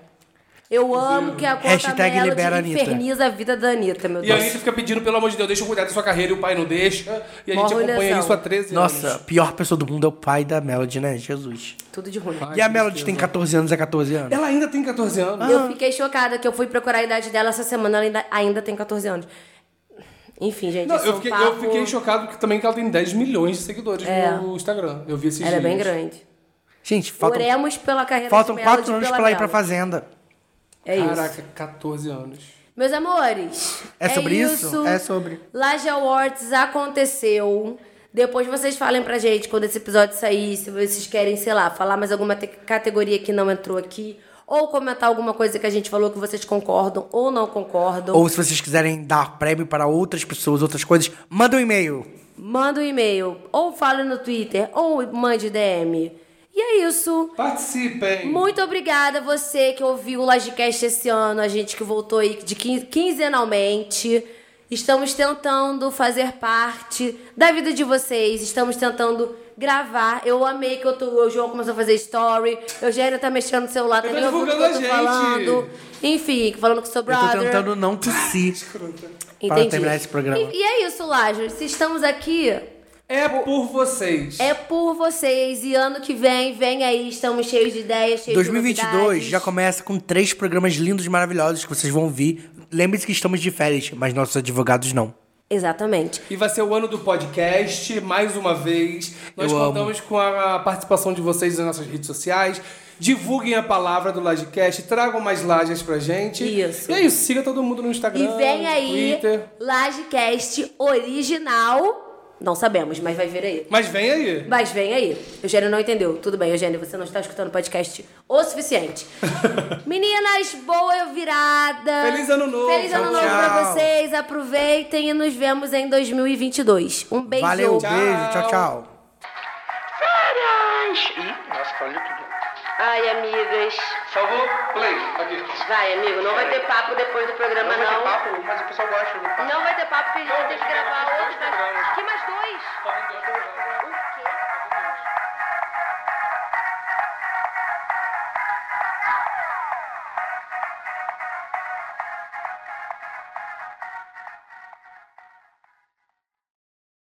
Eu amo que a conta Hashtag dela libera a Anitta. inferniza a vida da Anitta, meu E a Deus. Anitta fica pedindo, pelo amor de Deus, deixa eu cuidar da sua carreira e o pai não deixa. E a Mó gente acompanha rolezão. isso há 13 Nossa, a anos. pior pessoa do mundo é o pai da Melody, né? Jesus. Tudo de ruim. e a Melody tem 14 anos, é 14 anos? Ela ainda tem 14 anos. Ah. Eu fiquei chocada que eu fui procurar a idade dela essa semana, ela ainda, ainda tem 14 anos. Enfim, gente, Não, isso é eu um fiquei, papo... eu fiquei chocado que também que ela tem 10 milhões de seguidores É. no Instagram. Eu vi esses Ela é bem dias. grande. Gente, faltam, Oremos pela carreira faltam de Melody 4 anos pela pra ela ir pra Melody. Fazenda. É isso. Caraca, 14 anos. Meus amores. É sobre isso? É sobre. Laje Awards aconteceu. Depois vocês falem pra gente quando esse episódio sair, se vocês querem, sei lá, falar mais alguma te- categoria que não entrou aqui. Ou comentar alguma coisa que a gente falou que vocês concordam ou não concordam. Ou se vocês quiserem dar prêmio para outras pessoas, outras coisas, manda um e-mail. Manda um e-mail. Ou fala no Twitter. Ou mande DM. E é isso. Participem! Muito obrigada a você que ouviu o Logicast esse ano, a gente que voltou aí de quin- quinzenalmente. Estamos tentando fazer parte da vida de vocês, estamos tentando gravar. Eu amei que eu tô, o João começou a fazer story, o Eugênio tá mexendo no celular, tá tô nem ouvindo o que eu tô divulgando a gente. falando. Enfim, falando com o seu brother. Eu tô tentando não tossir. Entendi. terminar esse programa. E, e é isso, Lajo. Se estamos aqui, É por vocês. é por vocês. E ano que vem, vem aí, estamos cheios de ideias, cheios de 2022 novidades. já começa com três programas lindos e maravilhosos que vocês vão ouvir Lembre-se que estamos de férias, mas nossos advogados não. Exatamente. E vai ser o ano do podcast, mais uma vez. Nós Eu amo. contamos com a participação de vocês nas nossas redes sociais. Divulguem a palavra do Lajecast, tragam mais lajes pra gente. Isso. E é isso, siga todo mundo no Instagram. E vem no aí, Twitter. Lagecast original. Não sabemos, mas vai vir aí. Mas vem aí. Mas vem aí. Eugênio não entendeu. Tudo bem, Eugênio, você não está escutando podcast o suficiente. Meninas, boa virada. Feliz ano novo. Feliz ano Tchau, novo pra tchau. vocês. Aproveitem e nos vemos em 2022. Um beijo. Valeu, Tchau. beijo, tchau, tchau. Ai, amigas. Salvou? Play. Aqui. Vai, amigo, não vai ter papo depois do programa, Não vai ter não. papo, mas o pessoal gosta do papo. Não vai ter papo, porque a gente vai ter que gravar outro. mas- Que mais dois? Só tem dois programas.